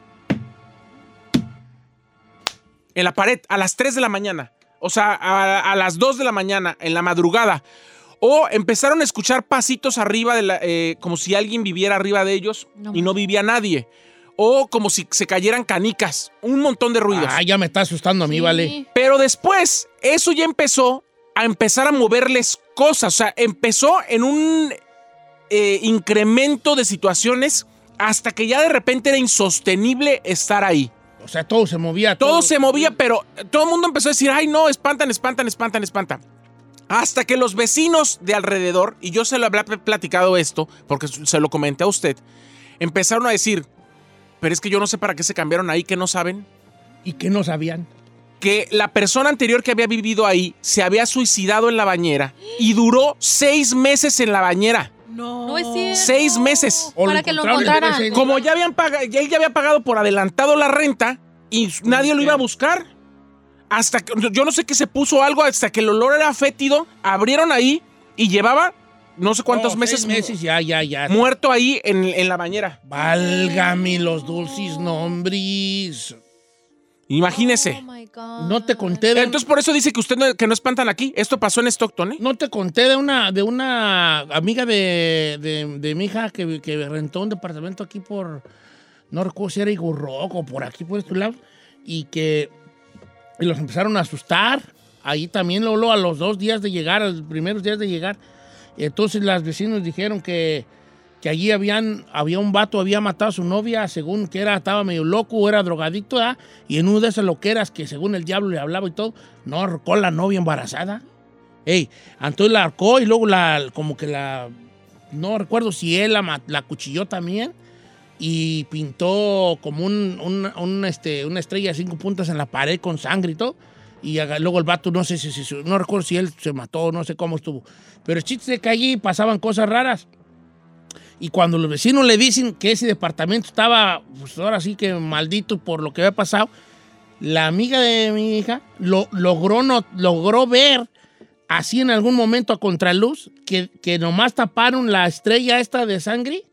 Speaker 2: en la pared a las 3 de la mañana. O sea, a, a las 2 de la mañana, en la madrugada. O empezaron a escuchar pasitos arriba, de la, eh, como si alguien viviera arriba de ellos
Speaker 3: No
Speaker 2: y no vivía nadie. O como si se cayeran canicas. Un montón de ruidos.
Speaker 1: Ah, ya me está asustando a mí,
Speaker 3: Sí.
Speaker 1: vale.
Speaker 2: Pero después, eso ya empezó a empezar a moverles cosas. O sea, empezó en un eh, incremento de situaciones hasta que ya de repente era insostenible estar ahí.
Speaker 1: O sea, todo se movía.
Speaker 2: Todo se movía, pero eh, todo el mundo empezó a decir, ay no, espantan, espantan, espantan, espantan. Hasta que los vecinos de alrededor, y yo se lo había pl- platicado esto, porque se lo comenté a usted, empezaron a decir, pero es que yo no sé para qué se cambiaron ahí, que no saben
Speaker 1: ¿Y qué no sabían?
Speaker 2: que la persona anterior que había vivido ahí se había suicidado en la bañera y duró seis meses en la bañera.
Speaker 5: No.
Speaker 3: No es cierto.
Speaker 2: Seis meses.
Speaker 1: O lo
Speaker 3: Para que lo
Speaker 1: encontraron
Speaker 3: encontraran.
Speaker 1: en ese-
Speaker 2: Como ya habían pagado, él ya había pagado por adelantado la renta y nadie lo iba a buscar. Hasta que yo no sé qué se puso algo, hasta que el olor era fétido, abrieron ahí y llevaba no sé cuántos
Speaker 1: No,
Speaker 2: meses,
Speaker 1: seis meses, ya, ya, ya.
Speaker 2: muerto ahí en, en la bañera.
Speaker 1: Válgame los dulces nombres.
Speaker 2: Imagínese.
Speaker 3: Oh my God.
Speaker 1: No te conté de...
Speaker 2: Entonces por eso dice que usted no- que no espantan aquí. Esto pasó en Stockton, ¿eh?
Speaker 1: No te conté de una, de una amiga de, de, de mi hija que, que rentó un departamento aquí por, no recuerdo si era Igorroc o por aquí, por este lado, y que y los empezaron a asustar. Ahí también, luego, luego, a los dos días de llegar, a los primeros días de llegar. Entonces las vecinos dijeron que, que allí habían, había un vato, había matado a su novia, según que era, estaba medio loco, era drogadicto, ¿verdad? y en una de esas loqueras que según el diablo le hablaba y todo, no arrojó la novia embarazada. Ey, entonces la arcó y luego la, como que la, no recuerdo si él la, ma- la cuchilló también y pintó como un, un- un, este, una estrella de cinco puntas en la pared con sangre y todo. Y haga- luego el vato, no sé si, si- si- no recuerdo si él se mató, no sé cómo estuvo. Pero el chiste es que allí pasaban cosas raras. Y cuando los vecinos le dicen que ese departamento estaba, pues ahora sí que maldito por lo que había pasado, la amiga de mi hija lo, logró, no, logró ver así en algún momento a contraluz que, que nomás taparon la estrella esta de sangre,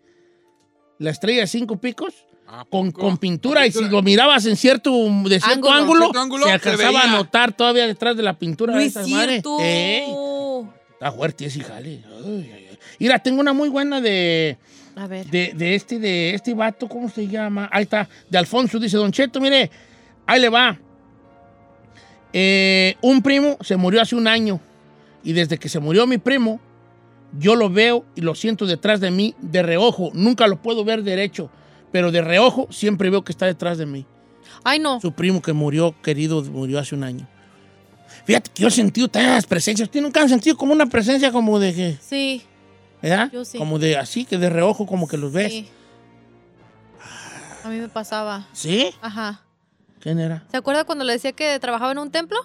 Speaker 1: la estrella de cinco picos, con, con pintura. Y si lo mirabas en cierto, de cierto
Speaker 3: Ángulo.
Speaker 1: ángulo,
Speaker 4: Cierto ángulo,
Speaker 1: se
Speaker 4: se
Speaker 1: alcanzaba a
Speaker 4: veía.
Speaker 1: notar todavía detrás de la pintura
Speaker 3: No
Speaker 1: de
Speaker 3: es
Speaker 1: esas madres.
Speaker 3: cierto.
Speaker 1: Ey, está fuerte ese jale. Ay, ay, ay. Mira, tengo una muy buena de...
Speaker 3: A ver.
Speaker 1: De, de este, de este vato, ¿cómo se llama? Ahí está, de Alfonso, dice Don Cheto, mire, ahí le va. Eh, un primo se murió hace un año y desde que se murió mi primo, yo lo veo y lo siento detrás de mí de reojo. Nunca lo puedo ver derecho, pero de reojo siempre veo que está detrás de mí.
Speaker 3: Ay, no.
Speaker 1: Su primo que murió, querido, murió hace un año. Fíjate que yo he sentido tantas presencias. ¿Usted nunca han sentido como una presencia como de que...
Speaker 3: Sí.
Speaker 1: ¿Verdad?
Speaker 3: Yo sí.
Speaker 1: Como de así, que de reojo, como que los ves.
Speaker 3: Sí. A mí me pasaba.
Speaker 1: ¿Sí?
Speaker 3: Ajá.
Speaker 1: ¿Quién era?
Speaker 3: ¿Se acuerda cuando le decía que trabajaba en un templo?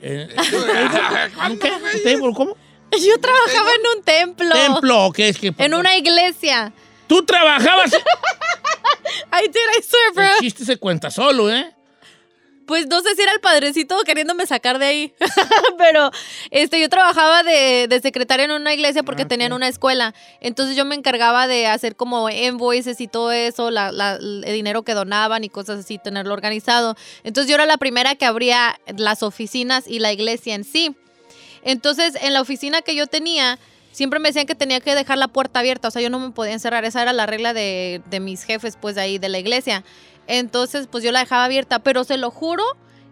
Speaker 3: [LAUGHS]
Speaker 1: Eh, ¿un ¿Qué? ¿Un table? ¿Cómo?
Speaker 3: Yo trabajaba en un templo.
Speaker 1: ¿Templo? ¿Qué es que?
Speaker 3: En una iglesia. [LAUGHS]
Speaker 1: Tú trabajabas.
Speaker 3: I did, I swear, bro.
Speaker 1: El chiste se cuenta solo, ¿eh?
Speaker 3: Pues no sé si era el padrecito queriéndome sacar de ahí. [LAUGHS] Pero este, yo trabajaba de, de secretaria en una iglesia porque tenían una escuela. Entonces yo me encargaba de hacer como invoices y todo eso, la- la- el dinero que donaban y cosas así, tenerlo organizado. Entonces yo era la primera que abría las oficinas y la iglesia en sí. Entonces, en la oficina que yo tenía, siempre me decían que tenía que dejar la puerta abierta. O sea, yo no me podía encerrar. Esa era la regla de, de mis jefes, pues, de ahí, de la iglesia. Entonces, pues yo la dejaba abierta. Pero se lo juro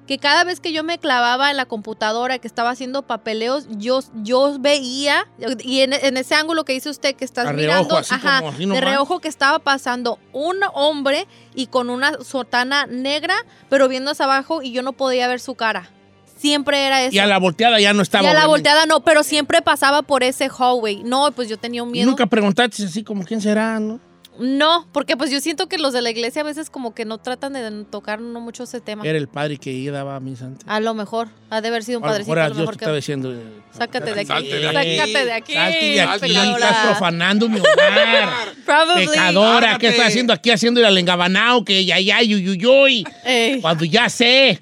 Speaker 3: que cada vez que yo me clavaba en la computadora, que estaba haciendo papeleos, yo, yo veía, y en, en ese ángulo que dice usted que estás
Speaker 1: A reojo,
Speaker 3: mirando,
Speaker 1: así
Speaker 3: ajá,
Speaker 1: como así
Speaker 3: de
Speaker 1: nomás.
Speaker 3: reojo que estaba pasando un hombre y con una sotana negra, pero viendo hacia abajo y yo no podía ver su cara. Siempre era eso.
Speaker 1: Y a la volteada ya no estaba.
Speaker 3: Y a la
Speaker 1: obviamente.
Speaker 3: volteada no, pero siempre pasaba por ese hallway. No, pues yo tenía un
Speaker 1: Y
Speaker 3: miedo.
Speaker 1: nunca preguntaste así como quién será, ¿no?
Speaker 3: No, porque pues yo siento que los de la iglesia a veces como que no tratan de tocar no mucho ese tema.
Speaker 1: Era el padre que iba daba a misa antes.
Speaker 3: A lo mejor, ha de haber sido Ah, un
Speaker 1: A lo
Speaker 3: padrecito.
Speaker 1: mejor
Speaker 3: A
Speaker 1: era
Speaker 3: lo
Speaker 1: Dios
Speaker 3: mejor
Speaker 1: que
Speaker 3: que-
Speaker 1: estaba diciendo. eh,
Speaker 3: Sácate de aquí.
Speaker 4: Salte de
Speaker 1: aquí.
Speaker 3: Sácate de aquí.
Speaker 1: Salte de aquí,
Speaker 3: pecadora.
Speaker 1: estás profanando mi hogar.
Speaker 3: Probably.
Speaker 1: Pecadora, ¿qué
Speaker 4: Lárgate.
Speaker 1: estás haciendo aquí? Haciendo el alengabanao, que ya,
Speaker 3: [LAUGHS]
Speaker 1: ya, yuyuyoy.
Speaker 3: Ey.
Speaker 1: Cuando ya sé.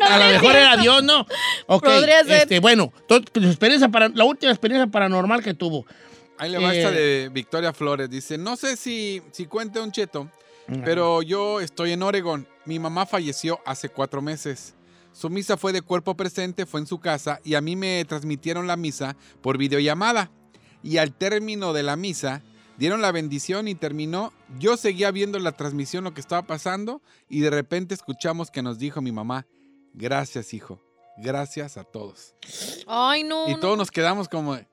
Speaker 1: a lo mejor era Dios, ¿no? Ok,
Speaker 3: Podría ser.
Speaker 1: este, bueno, to- tu experiencia para, la última experiencia paranormal que tuvo.
Speaker 4: Ahí le va
Speaker 1: Eh.
Speaker 4: esta de Victoria Flores. Dice, no sé si, si cuente un cheto, pero yo estoy en Oregón. Mi mamá falleció hace cuatro meses. Su misa fue de cuerpo presente, fue en su casa y a mí me transmitieron la misa por videollamada. Y al término de la misa, dieron la bendición y terminó. Yo seguía viendo la transmisión, lo que estaba pasando, y de repente escuchamos que nos dijo mi mamá, gracias hijo, gracias a todos.
Speaker 3: Ay, no.
Speaker 4: Y
Speaker 3: no.
Speaker 4: todos nos quedamos como, de,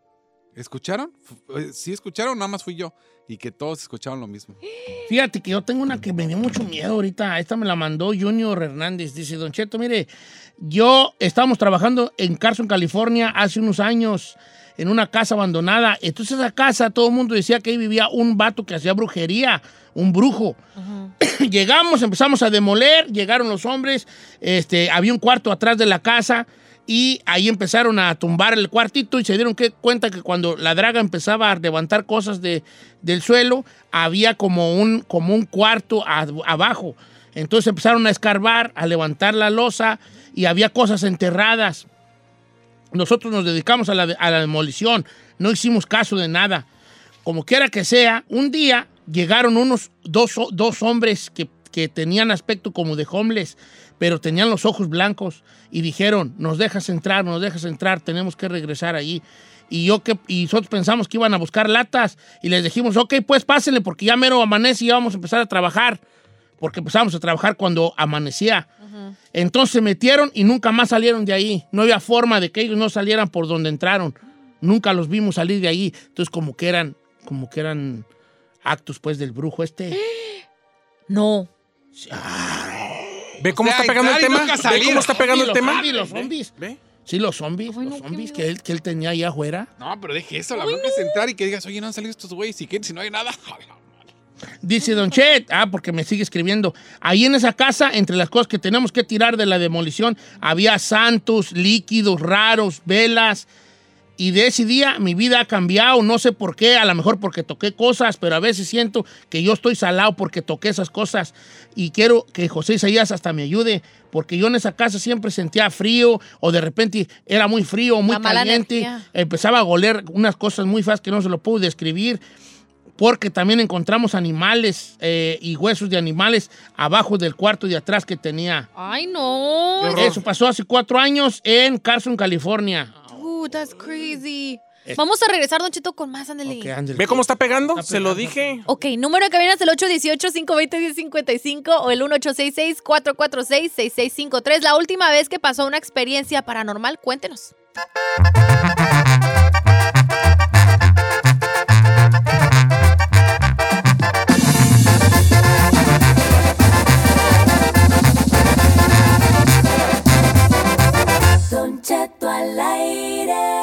Speaker 4: ¿escucharon? Fu- eh, Sí, escucharon, nada más fui yo. Y que todos escucharon lo mismo.
Speaker 1: Fíjate que yo tengo una que me dio mucho miedo ahorita. Esta me la mandó Junior Hernández. Dice, Don Cheto, mire, yo estábamos trabajando en Carson, California, hace unos años, en una casa abandonada. Entonces esa casa, todo el mundo decía que ahí vivía un vato que hacía brujería, un brujo. [LAUGHS] Llegamos, empezamos a demoler, llegaron los hombres, este, había un cuarto atrás de la casa. Y ahí empezaron a tumbar el cuartito y se dieron que- cuenta que cuando la draga empezaba a levantar cosas de, del suelo, había como un, como un cuarto a- abajo. Entonces empezaron a escarbar, a levantar la losa y había cosas enterradas. Nosotros nos dedicamos a la, de- a la demolición, no hicimos caso de nada. Como quiera que sea, un día llegaron unos dos, ho- dos hombres que, que tenían aspecto como de homeless, pero tenían los ojos blancos y dijeron, nos dejas entrar, nos dejas entrar, tenemos que regresar allí. Y, yo que, y nosotros pensamos que iban a buscar latas y les dijimos, ok, pues pásenle porque ya mero amanece y ya vamos a empezar a trabajar, porque empezamos a trabajar cuando amanecía. Entonces se metieron y nunca más salieron de ahí. No había forma de que ellos no salieran por donde entraron. Nunca los vimos salir de ahí. Entonces como que eran, como que eran actos pues del brujo este.
Speaker 3: No.
Speaker 2: ¿Ve cómo
Speaker 4: O sea,
Speaker 2: está pegando el
Speaker 4: entrar y
Speaker 2: tema?
Speaker 4: nunca
Speaker 2: ¿Ve
Speaker 4: salir.
Speaker 2: cómo está pegando el
Speaker 1: los
Speaker 2: tema?
Speaker 1: zombies, los zombies.
Speaker 2: ¿Ve?
Speaker 1: Sí, los
Speaker 3: Ay,
Speaker 1: zombies,
Speaker 3: no, qué
Speaker 1: los zombies
Speaker 3: miedo.
Speaker 1: que él, que él tenía ahí afuera.
Speaker 4: No, pero deje eso, la bronca es entrar y que digas, oye, no han salido estos güeyes, y que si no hay nada. [LAUGHS]
Speaker 1: Dice Don Chet, ah, porque me sigue escribiendo. Ahí en esa casa, entre las cosas que tenemos que tirar de la demolición, había santos, líquidos raros, velas. Y de ese día mi vida ha cambiado, no sé por qué, a lo mejor porque toqué cosas, pero a veces siento que yo estoy salado porque toqué esas cosas. Y quiero que José Isaías hasta me ayude, porque yo en esa casa siempre sentía frío o de repente era muy frío, muy
Speaker 3: La mala
Speaker 1: caliente.
Speaker 3: energía.
Speaker 1: Empezaba a oler unas cosas muy feas que no se lo puedo describir porque también encontramos animales eh, y huesos de animales abajo del cuarto de atrás que tenía.
Speaker 3: Ay, no.
Speaker 1: Eso pasó hace cuatro años en Carson, California.
Speaker 3: Ooh, that's crazy. Vamos a regresar, Don Cheto, con más, ándale.
Speaker 1: Ok, ándale.
Speaker 2: ¿Ve cómo está pegando?
Speaker 1: Está
Speaker 2: Se lo
Speaker 1: pegando.
Speaker 2: dije.
Speaker 3: Ok, número de cabina es el 818-520-1055 o el 1866-446-6653. La última vez que pasó una experiencia paranormal, cuéntenos.
Speaker 6: Don Cheto al aire.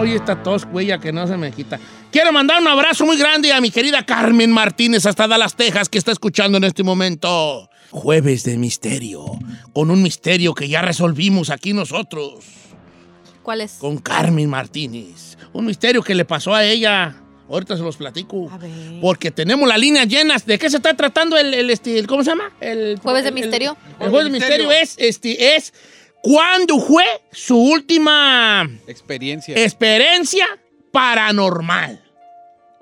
Speaker 1: Oye, esta tos, huella que no se me quita. Quiero mandar un abrazo muy grande a mi querida Carmen Martínez hasta Dallas, Texas, que está escuchando en este momento. Jueves de misterio, con un misterio que ya resolvimos aquí nosotros,
Speaker 3: ¿Cuál es?
Speaker 1: con Carmen Martínez. Un misterio que le pasó a ella. Ahorita se los platico.
Speaker 3: A ver.
Speaker 1: Porque tenemos las líneas llenas. ¿De qué se está tratando el, el, este, el- cómo se llama? El
Speaker 3: Jueves de
Speaker 1: el-
Speaker 3: misterio.
Speaker 1: El, jueves de misterio es, este, es cuándo fue su última
Speaker 4: Experiencia.
Speaker 1: experiencia paranormal.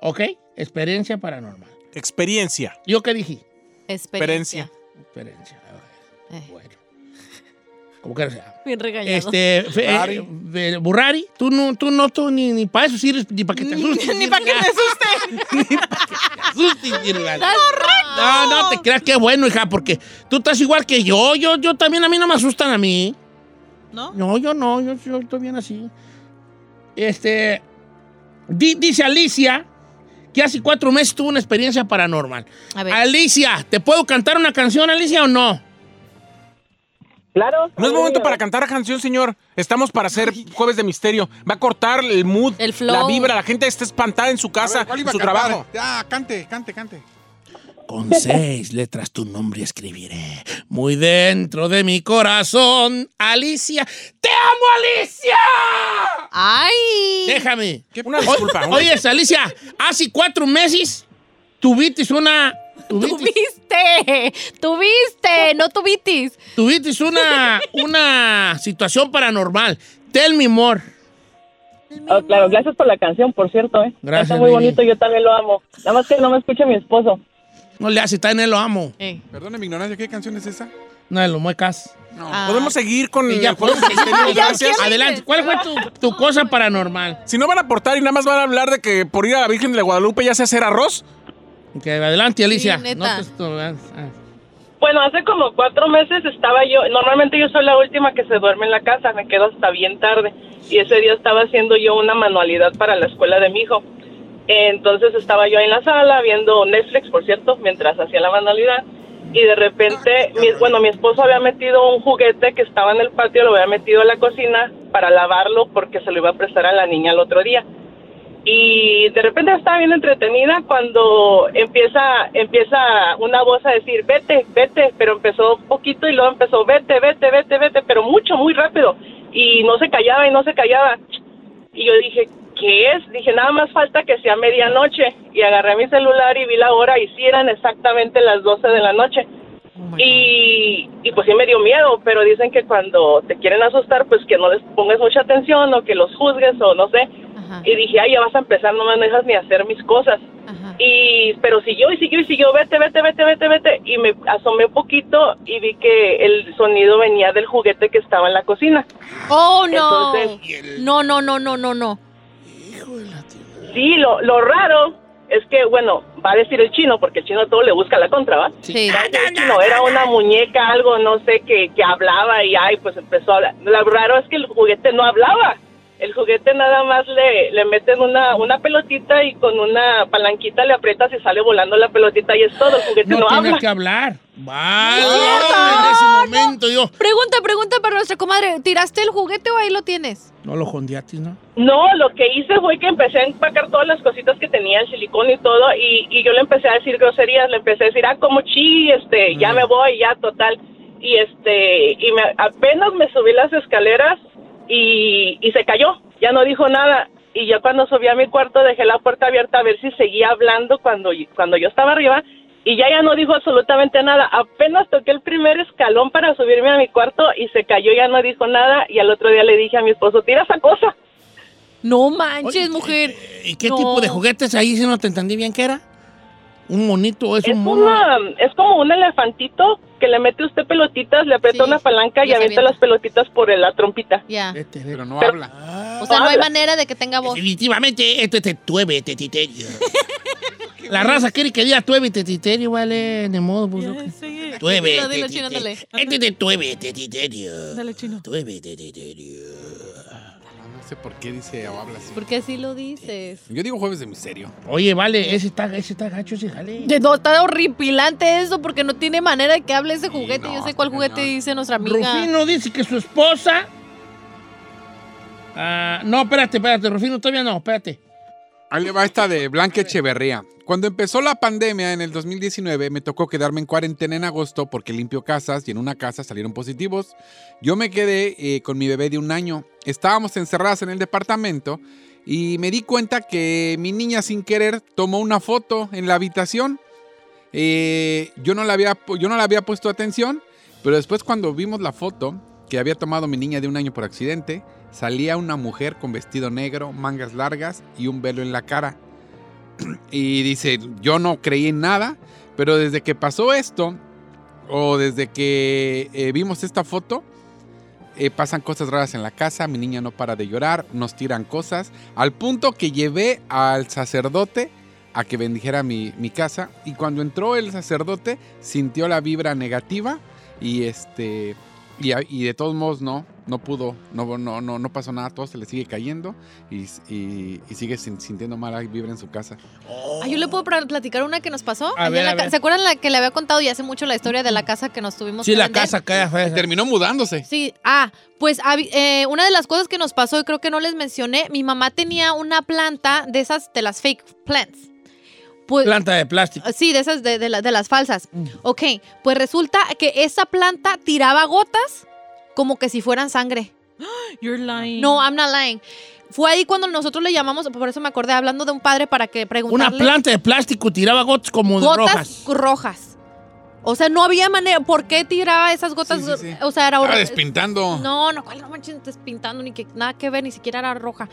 Speaker 1: ¿Ok? Experiencia paranormal.
Speaker 2: Experiencia.
Speaker 1: ¿Yo qué dije?
Speaker 3: Experiencia.
Speaker 1: Experiencia. a ver,
Speaker 3: Eh,
Speaker 1: Bueno. Como que sea.
Speaker 3: bien regañado.
Speaker 1: Este, fe-
Speaker 4: Burrari.
Speaker 1: eh, eh, Burrari, tú no, tú no, tú ni, ni para eso sirves, ni para que te asustes.
Speaker 5: Ni para que te asuste.
Speaker 1: [LAUGHS] asustes, ni nada.
Speaker 3: ¡Estás
Speaker 1: No, no te creas, qué bueno, hija, porque tú estás igual que yo. Yo, yo también, a mí no me asustan a mí.
Speaker 5: ¿No?
Speaker 1: No, yo no, yo, yo estoy bien así. Este. di- dice Alicia que hace cuatro meses tuvo una experiencia paranormal.
Speaker 3: A ver.
Speaker 1: Alicia, ¿te puedo cantar una canción, Alicia, o no?
Speaker 9: Claro.
Speaker 2: No es
Speaker 4: Oh.
Speaker 2: momento para cantar la canción, señor. Estamos para hacer jueves de misterio. Va a cortar el mood,
Speaker 3: El flow.
Speaker 2: la vibra. La gente está espantada en su
Speaker 4: A
Speaker 2: casa,
Speaker 4: ver, ¿cuál
Speaker 2: en
Speaker 4: iba a
Speaker 2: su
Speaker 4: cantar?
Speaker 2: trabajo.
Speaker 4: Ya, cante, cante, cante.
Speaker 1: Con seis letras tu nombre escribiré. Muy dentro de mi corazón, Alicia. ¡Te amo, Alicia!
Speaker 3: ¡Ay!
Speaker 1: Déjame.
Speaker 2: Una disculpa. una-
Speaker 1: Oye, Alicia, hace cuatro meses tuviste una. Tuviste,
Speaker 3: ¡Tuviste! ¡Tuviste! ¡No tuvitis!
Speaker 1: tuviste una, una situación paranormal. Tell me more.
Speaker 9: Oh, claro, gracias por la canción, por cierto, ¿eh?
Speaker 1: Gracias,
Speaker 9: Está muy
Speaker 1: Lili.
Speaker 9: bonito, yo también lo amo. Nada más que no me escucha mi esposo.
Speaker 1: No le hace, está en él, lo amo.
Speaker 3: Eh,
Speaker 4: Perdona mi ignorancia, ¿qué canción es esa?
Speaker 1: No, lo muecas.
Speaker 3: ah.
Speaker 2: Podemos seguir con
Speaker 1: Y ya
Speaker 2: el jueves
Speaker 1: podemos
Speaker 2: de misterio.
Speaker 1: seguir.
Speaker 2: Gracias.
Speaker 1: Adelante. ¿Cuál fue tu, tu cosa paranormal?
Speaker 2: Si no van a aportar y nada más van a hablar de que por ir a la Virgen de la Guadalupe ya sé hacer arroz,
Speaker 1: Ok, adelante, Alicia.
Speaker 3: Sí, neta.
Speaker 1: No te- tú- ah, ah.
Speaker 9: Bueno, hace como cuatro meses estaba yo, normalmente yo soy la última que se duerme en la casa, me quedo hasta bien tarde. Y ese día estaba haciendo yo una manualidad para la escuela de mi hijo. Entonces estaba yo ahí en la sala viendo Netflix, por cierto, mientras hacía la manualidad. Y de repente, mi- bueno, mi esposo había metido un juguete que estaba en el patio, lo había metido a la cocina para lavarlo porque se lo iba a prestar a la niña el otro día y de repente estaba bien entretenida cuando empieza empieza una voz a decir vete vete pero empezó poquito y luego empezó vete vete vete vete pero mucho muy rápido y no se callaba y no se callaba y yo dije qué es dije nada más falta que sea medianoche y agarré mi celular y vi la hora y sí eran exactamente las 12 de la noche y, y pues sí me dio miedo, pero dicen que cuando te quieren asustar, pues que no les pongas mucha atención o que los juzgues o no sé.
Speaker 3: Ajá.
Speaker 9: Y dije, ay, ya vas a empezar, no me dejas ni hacer mis cosas.
Speaker 3: Ajá.
Speaker 9: Y, pero siguió y siguió y siguió, vete, vete, vete, vete, vete. Y me asomé un poquito y vi que el sonido venía del juguete que estaba en la cocina.
Speaker 3: ¡Oh, no!
Speaker 9: Entonces-
Speaker 3: No, no, no, no, no, no.
Speaker 9: Sí, lo, lo raro es que, bueno, va a decir el chino, porque el chino todo le busca la contra, ¿va?
Speaker 3: Sí.
Speaker 9: No, era una muñeca, algo, no sé, que, que hablaba y ay, pues empezó a hablar. Lo raro es que el juguete no hablaba. El juguete nada más le, le meten una, una pelotita y con una palanquita le aprietas y sale volando la pelotita y es todo. El juguete
Speaker 1: No,
Speaker 9: no,
Speaker 1: tienes
Speaker 9: habla.
Speaker 1: que hablar. Vale.
Speaker 3: No,
Speaker 1: en ese momento yo.
Speaker 3: Pregunta, pregunta para nuestra comadre. ¿Tiraste el juguete o ahí lo tienes?
Speaker 1: No lo jondeatis, ¿no?
Speaker 9: No, lo que hice fue que empecé a empacar todas las cositas que tenía, el silicón y todo, y, y yo le empecé a decir groserías, le empecé a decir, ah, como chi, este, ya me voy, ya, total. Y este, y me, apenas me subí las escaleras y, y se cayó, ya no dijo nada. Y ya cuando subí a mi cuarto dejé la puerta abierta a ver si seguía hablando cuando, cuando yo estaba arriba y ya ya no dijo absolutamente nada. Apenas toqué el primer escalón para subirme a mi cuarto y se cayó, ya no dijo nada y al otro día le dije a mi esposo, tira esa cosa.
Speaker 3: No manches,
Speaker 1: Oye, eh,
Speaker 3: mujer.
Speaker 1: ¿Y qué
Speaker 3: No.
Speaker 1: tipo de juguetes ahí si no te entendí bien qué era? ¿Un monito o es,
Speaker 9: Es,
Speaker 1: un mono?
Speaker 9: una, es como un elefantito que le mete usted pelotitas, le aprieta
Speaker 3: Sí,
Speaker 9: una palanca
Speaker 3: y
Speaker 9: y
Speaker 3: se
Speaker 9: avienta
Speaker 3: avienta.
Speaker 9: las pelotitas por la trompita.
Speaker 3: Ya.
Speaker 1: Vete, vete.
Speaker 4: Pero no
Speaker 9: Pero-
Speaker 4: habla.
Speaker 3: O sea, no hay
Speaker 9: Habla.
Speaker 3: manera de que tenga voz.
Speaker 1: Definitivamente, esto es el
Speaker 3: [LAUGHS]
Speaker 1: tueve tetiterio. [LAUGHS] La raza quiere que diga tueve tetiterio, vale, de modo. Pues, ok.
Speaker 5: Sí.
Speaker 1: Tueve
Speaker 3: Dilo, dilo, chino,
Speaker 1: tetiterio.
Speaker 3: ándale.
Speaker 1: Este es el tueve tetiterio.
Speaker 5: Dale, chino.
Speaker 1: Tueve tetiterio.
Speaker 4: Ah, No sé por qué dice o habla así.
Speaker 3: ¿Por qué así lo dices?
Speaker 4: Yo digo jueves de misterio.
Speaker 1: Oye, vale, ese está, ese está gacho, ese jale.
Speaker 3: De- No, está horripilante eso porque no tiene manera de que hable ese juguete.
Speaker 4: no,
Speaker 3: Yo sé cuál
Speaker 4: está
Speaker 3: juguete
Speaker 4: cañón.
Speaker 3: dice nuestra amiga.
Speaker 1: Rufino dice que su esposa Ah, no, espérate, espérate, Rufino, todavía no, espérate.
Speaker 4: Ahí le va esta de Blanca Echeverría. Cuando empezó la pandemia en el 2019, me tocó quedarme en cuarentena en agosto porque limpio casas y en una casa salieron positivos. Yo me quedé eh, con mi bebé de un año. Estábamos encerradas en el departamento y me di cuenta que mi niña sin querer tomó una foto en la habitación. Eh, yo, no la había, pu- yo no le había puesto atención, pero después cuando vimos la foto que había tomado mi niña de un año por accidente, salía una mujer con vestido negro, mangas largas y un velo en la cara. [CLEARS THROAT] Y dice, yo no creí en nada, pero desde que pasó esto, o desde que eh, vimos esta foto, eh, pasan cosas raras en la casa, mi niña no para de llorar, nos tiran cosas, al punto que llevé al sacerdote a que bendijera mi, mi casa y cuando entró el sacerdote sintió la vibra negativa y este y, a- y de todos modos no no pudo no no no no pasó nada todo se le sigue cayendo y, y- y sigue sin- sintiendo mala vibra en su casa
Speaker 3: Ay, Ah, yo le puedo pra- platicar una que nos pasó.
Speaker 1: A
Speaker 3: Allá
Speaker 1: ver,
Speaker 3: en la
Speaker 1: a
Speaker 3: ca-
Speaker 1: ver.
Speaker 3: ¿Se acuerdan la que le había contado ya hace mucho la historia de la casa que nos tuvimos
Speaker 1: Sí,
Speaker 3: que
Speaker 1: la
Speaker 3: vender?
Speaker 1: casa acá fue.
Speaker 4: terminó mudándose
Speaker 3: Sí, ah, pues habi- eh, una de las cosas que nos pasó, y creo que no les mencioné, mi mamá tenía una planta de esas, de las fake plants. Pues,
Speaker 1: Planta de plástico.
Speaker 3: Sí, de esas, de, de la- de las falsas.
Speaker 1: Mm.
Speaker 3: Ok, pues resulta que esa planta tiraba gotas como que si fueran sangre.
Speaker 5: You're lying.
Speaker 3: No, I'm not lying. Fue ahí cuando nosotros le llamamos, por eso me acordé, hablando de un padre para que
Speaker 1: Una
Speaker 3: preguntarle.
Speaker 1: planta de plástico tiraba gotas como
Speaker 3: gotas
Speaker 1: rojas.
Speaker 3: rojas. O sea, no había manera. ¿Por qué tiraba esas gotas?
Speaker 4: Sí, sí, sí.
Speaker 3: O sea, era
Speaker 4: estaba
Speaker 3: horrible.
Speaker 4: despintando
Speaker 3: No, no, cuál no manches, despintando ni que nada que ver, ni siquiera era roja.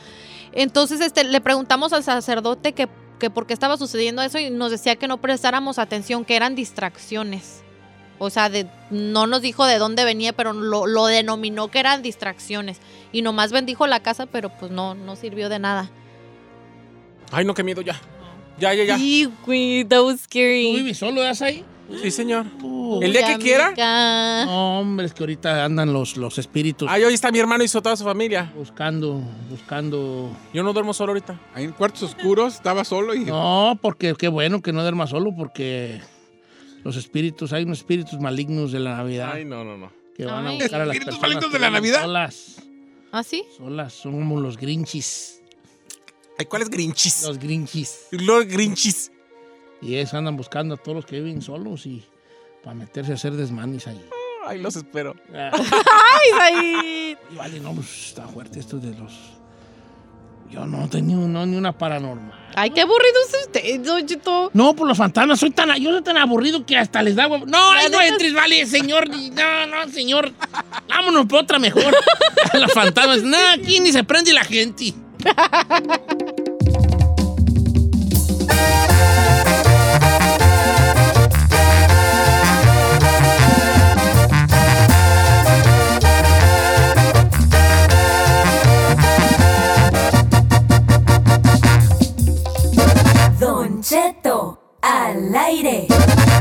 Speaker 3: Entonces, este, le preguntamos al sacerdote que, que por qué estaba sucediendo eso y nos decía que no prestáramos atención, que eran distracciones. O sea, de, no nos dijo de dónde venía, pero lo, lo denominó que eran distracciones. Y nomás bendijo la casa, pero pues no, no sirvió de nada.
Speaker 2: Ay, no, qué miedo, ya. Ya, ya, ya.
Speaker 3: Y, güey, that was
Speaker 1: ¿Tú
Speaker 3: scary.
Speaker 1: vives solo, das ahí?
Speaker 2: Sí, señor.
Speaker 3: Ah.
Speaker 1: Uh,
Speaker 2: El día que quiera.
Speaker 3: quiera.
Speaker 1: no, hombre, es que ahorita andan los, los espíritus
Speaker 2: Ay, hoy está mi hermano y so- toda su familia.
Speaker 1: buscando, buscando.
Speaker 2: Yo no duermo solo ahorita.
Speaker 4: ahí en cuartos oscuros estaba solo y
Speaker 1: No, porque qué bueno que no duerma solo, porque los espíritus, hay unos espíritus malignos de la Navidad
Speaker 2: Ay, no, no, no.
Speaker 1: que van a
Speaker 3: Ay.
Speaker 1: buscar a las
Speaker 4: Espíritus
Speaker 1: personas
Speaker 4: malignos de
Speaker 1: que
Speaker 4: la
Speaker 1: viven
Speaker 4: Navidad.
Speaker 1: Solas,
Speaker 3: ¿Ah, sí?
Speaker 1: solas, son como los grinchis,
Speaker 2: Ay, ¿cuáles grinchis?
Speaker 1: los grinchis.
Speaker 2: Los grinchis.
Speaker 1: Y eso andan buscando a todos los que viven solos y para meterse a hacer desmanes ahí.
Speaker 2: Ay, los espero.
Speaker 1: Ah.
Speaker 3: Ay,
Speaker 1: Y vale, no, pues está fuerte esto de los. Yo no tenía no, ni una paranormal.
Speaker 3: Ay, qué aburrido es usted, don Chito.
Speaker 1: No, por los fantasmas, soy tan, yo soy tan aburrido que hasta les da huevo. No, ahí no
Speaker 3: neta-
Speaker 1: entres, vale, señor. ni- No, no, señor. Vámonos por otra mejor. los fantasmas, nada, aquí ni se prende la gente.
Speaker 6: Don Cheto al aire.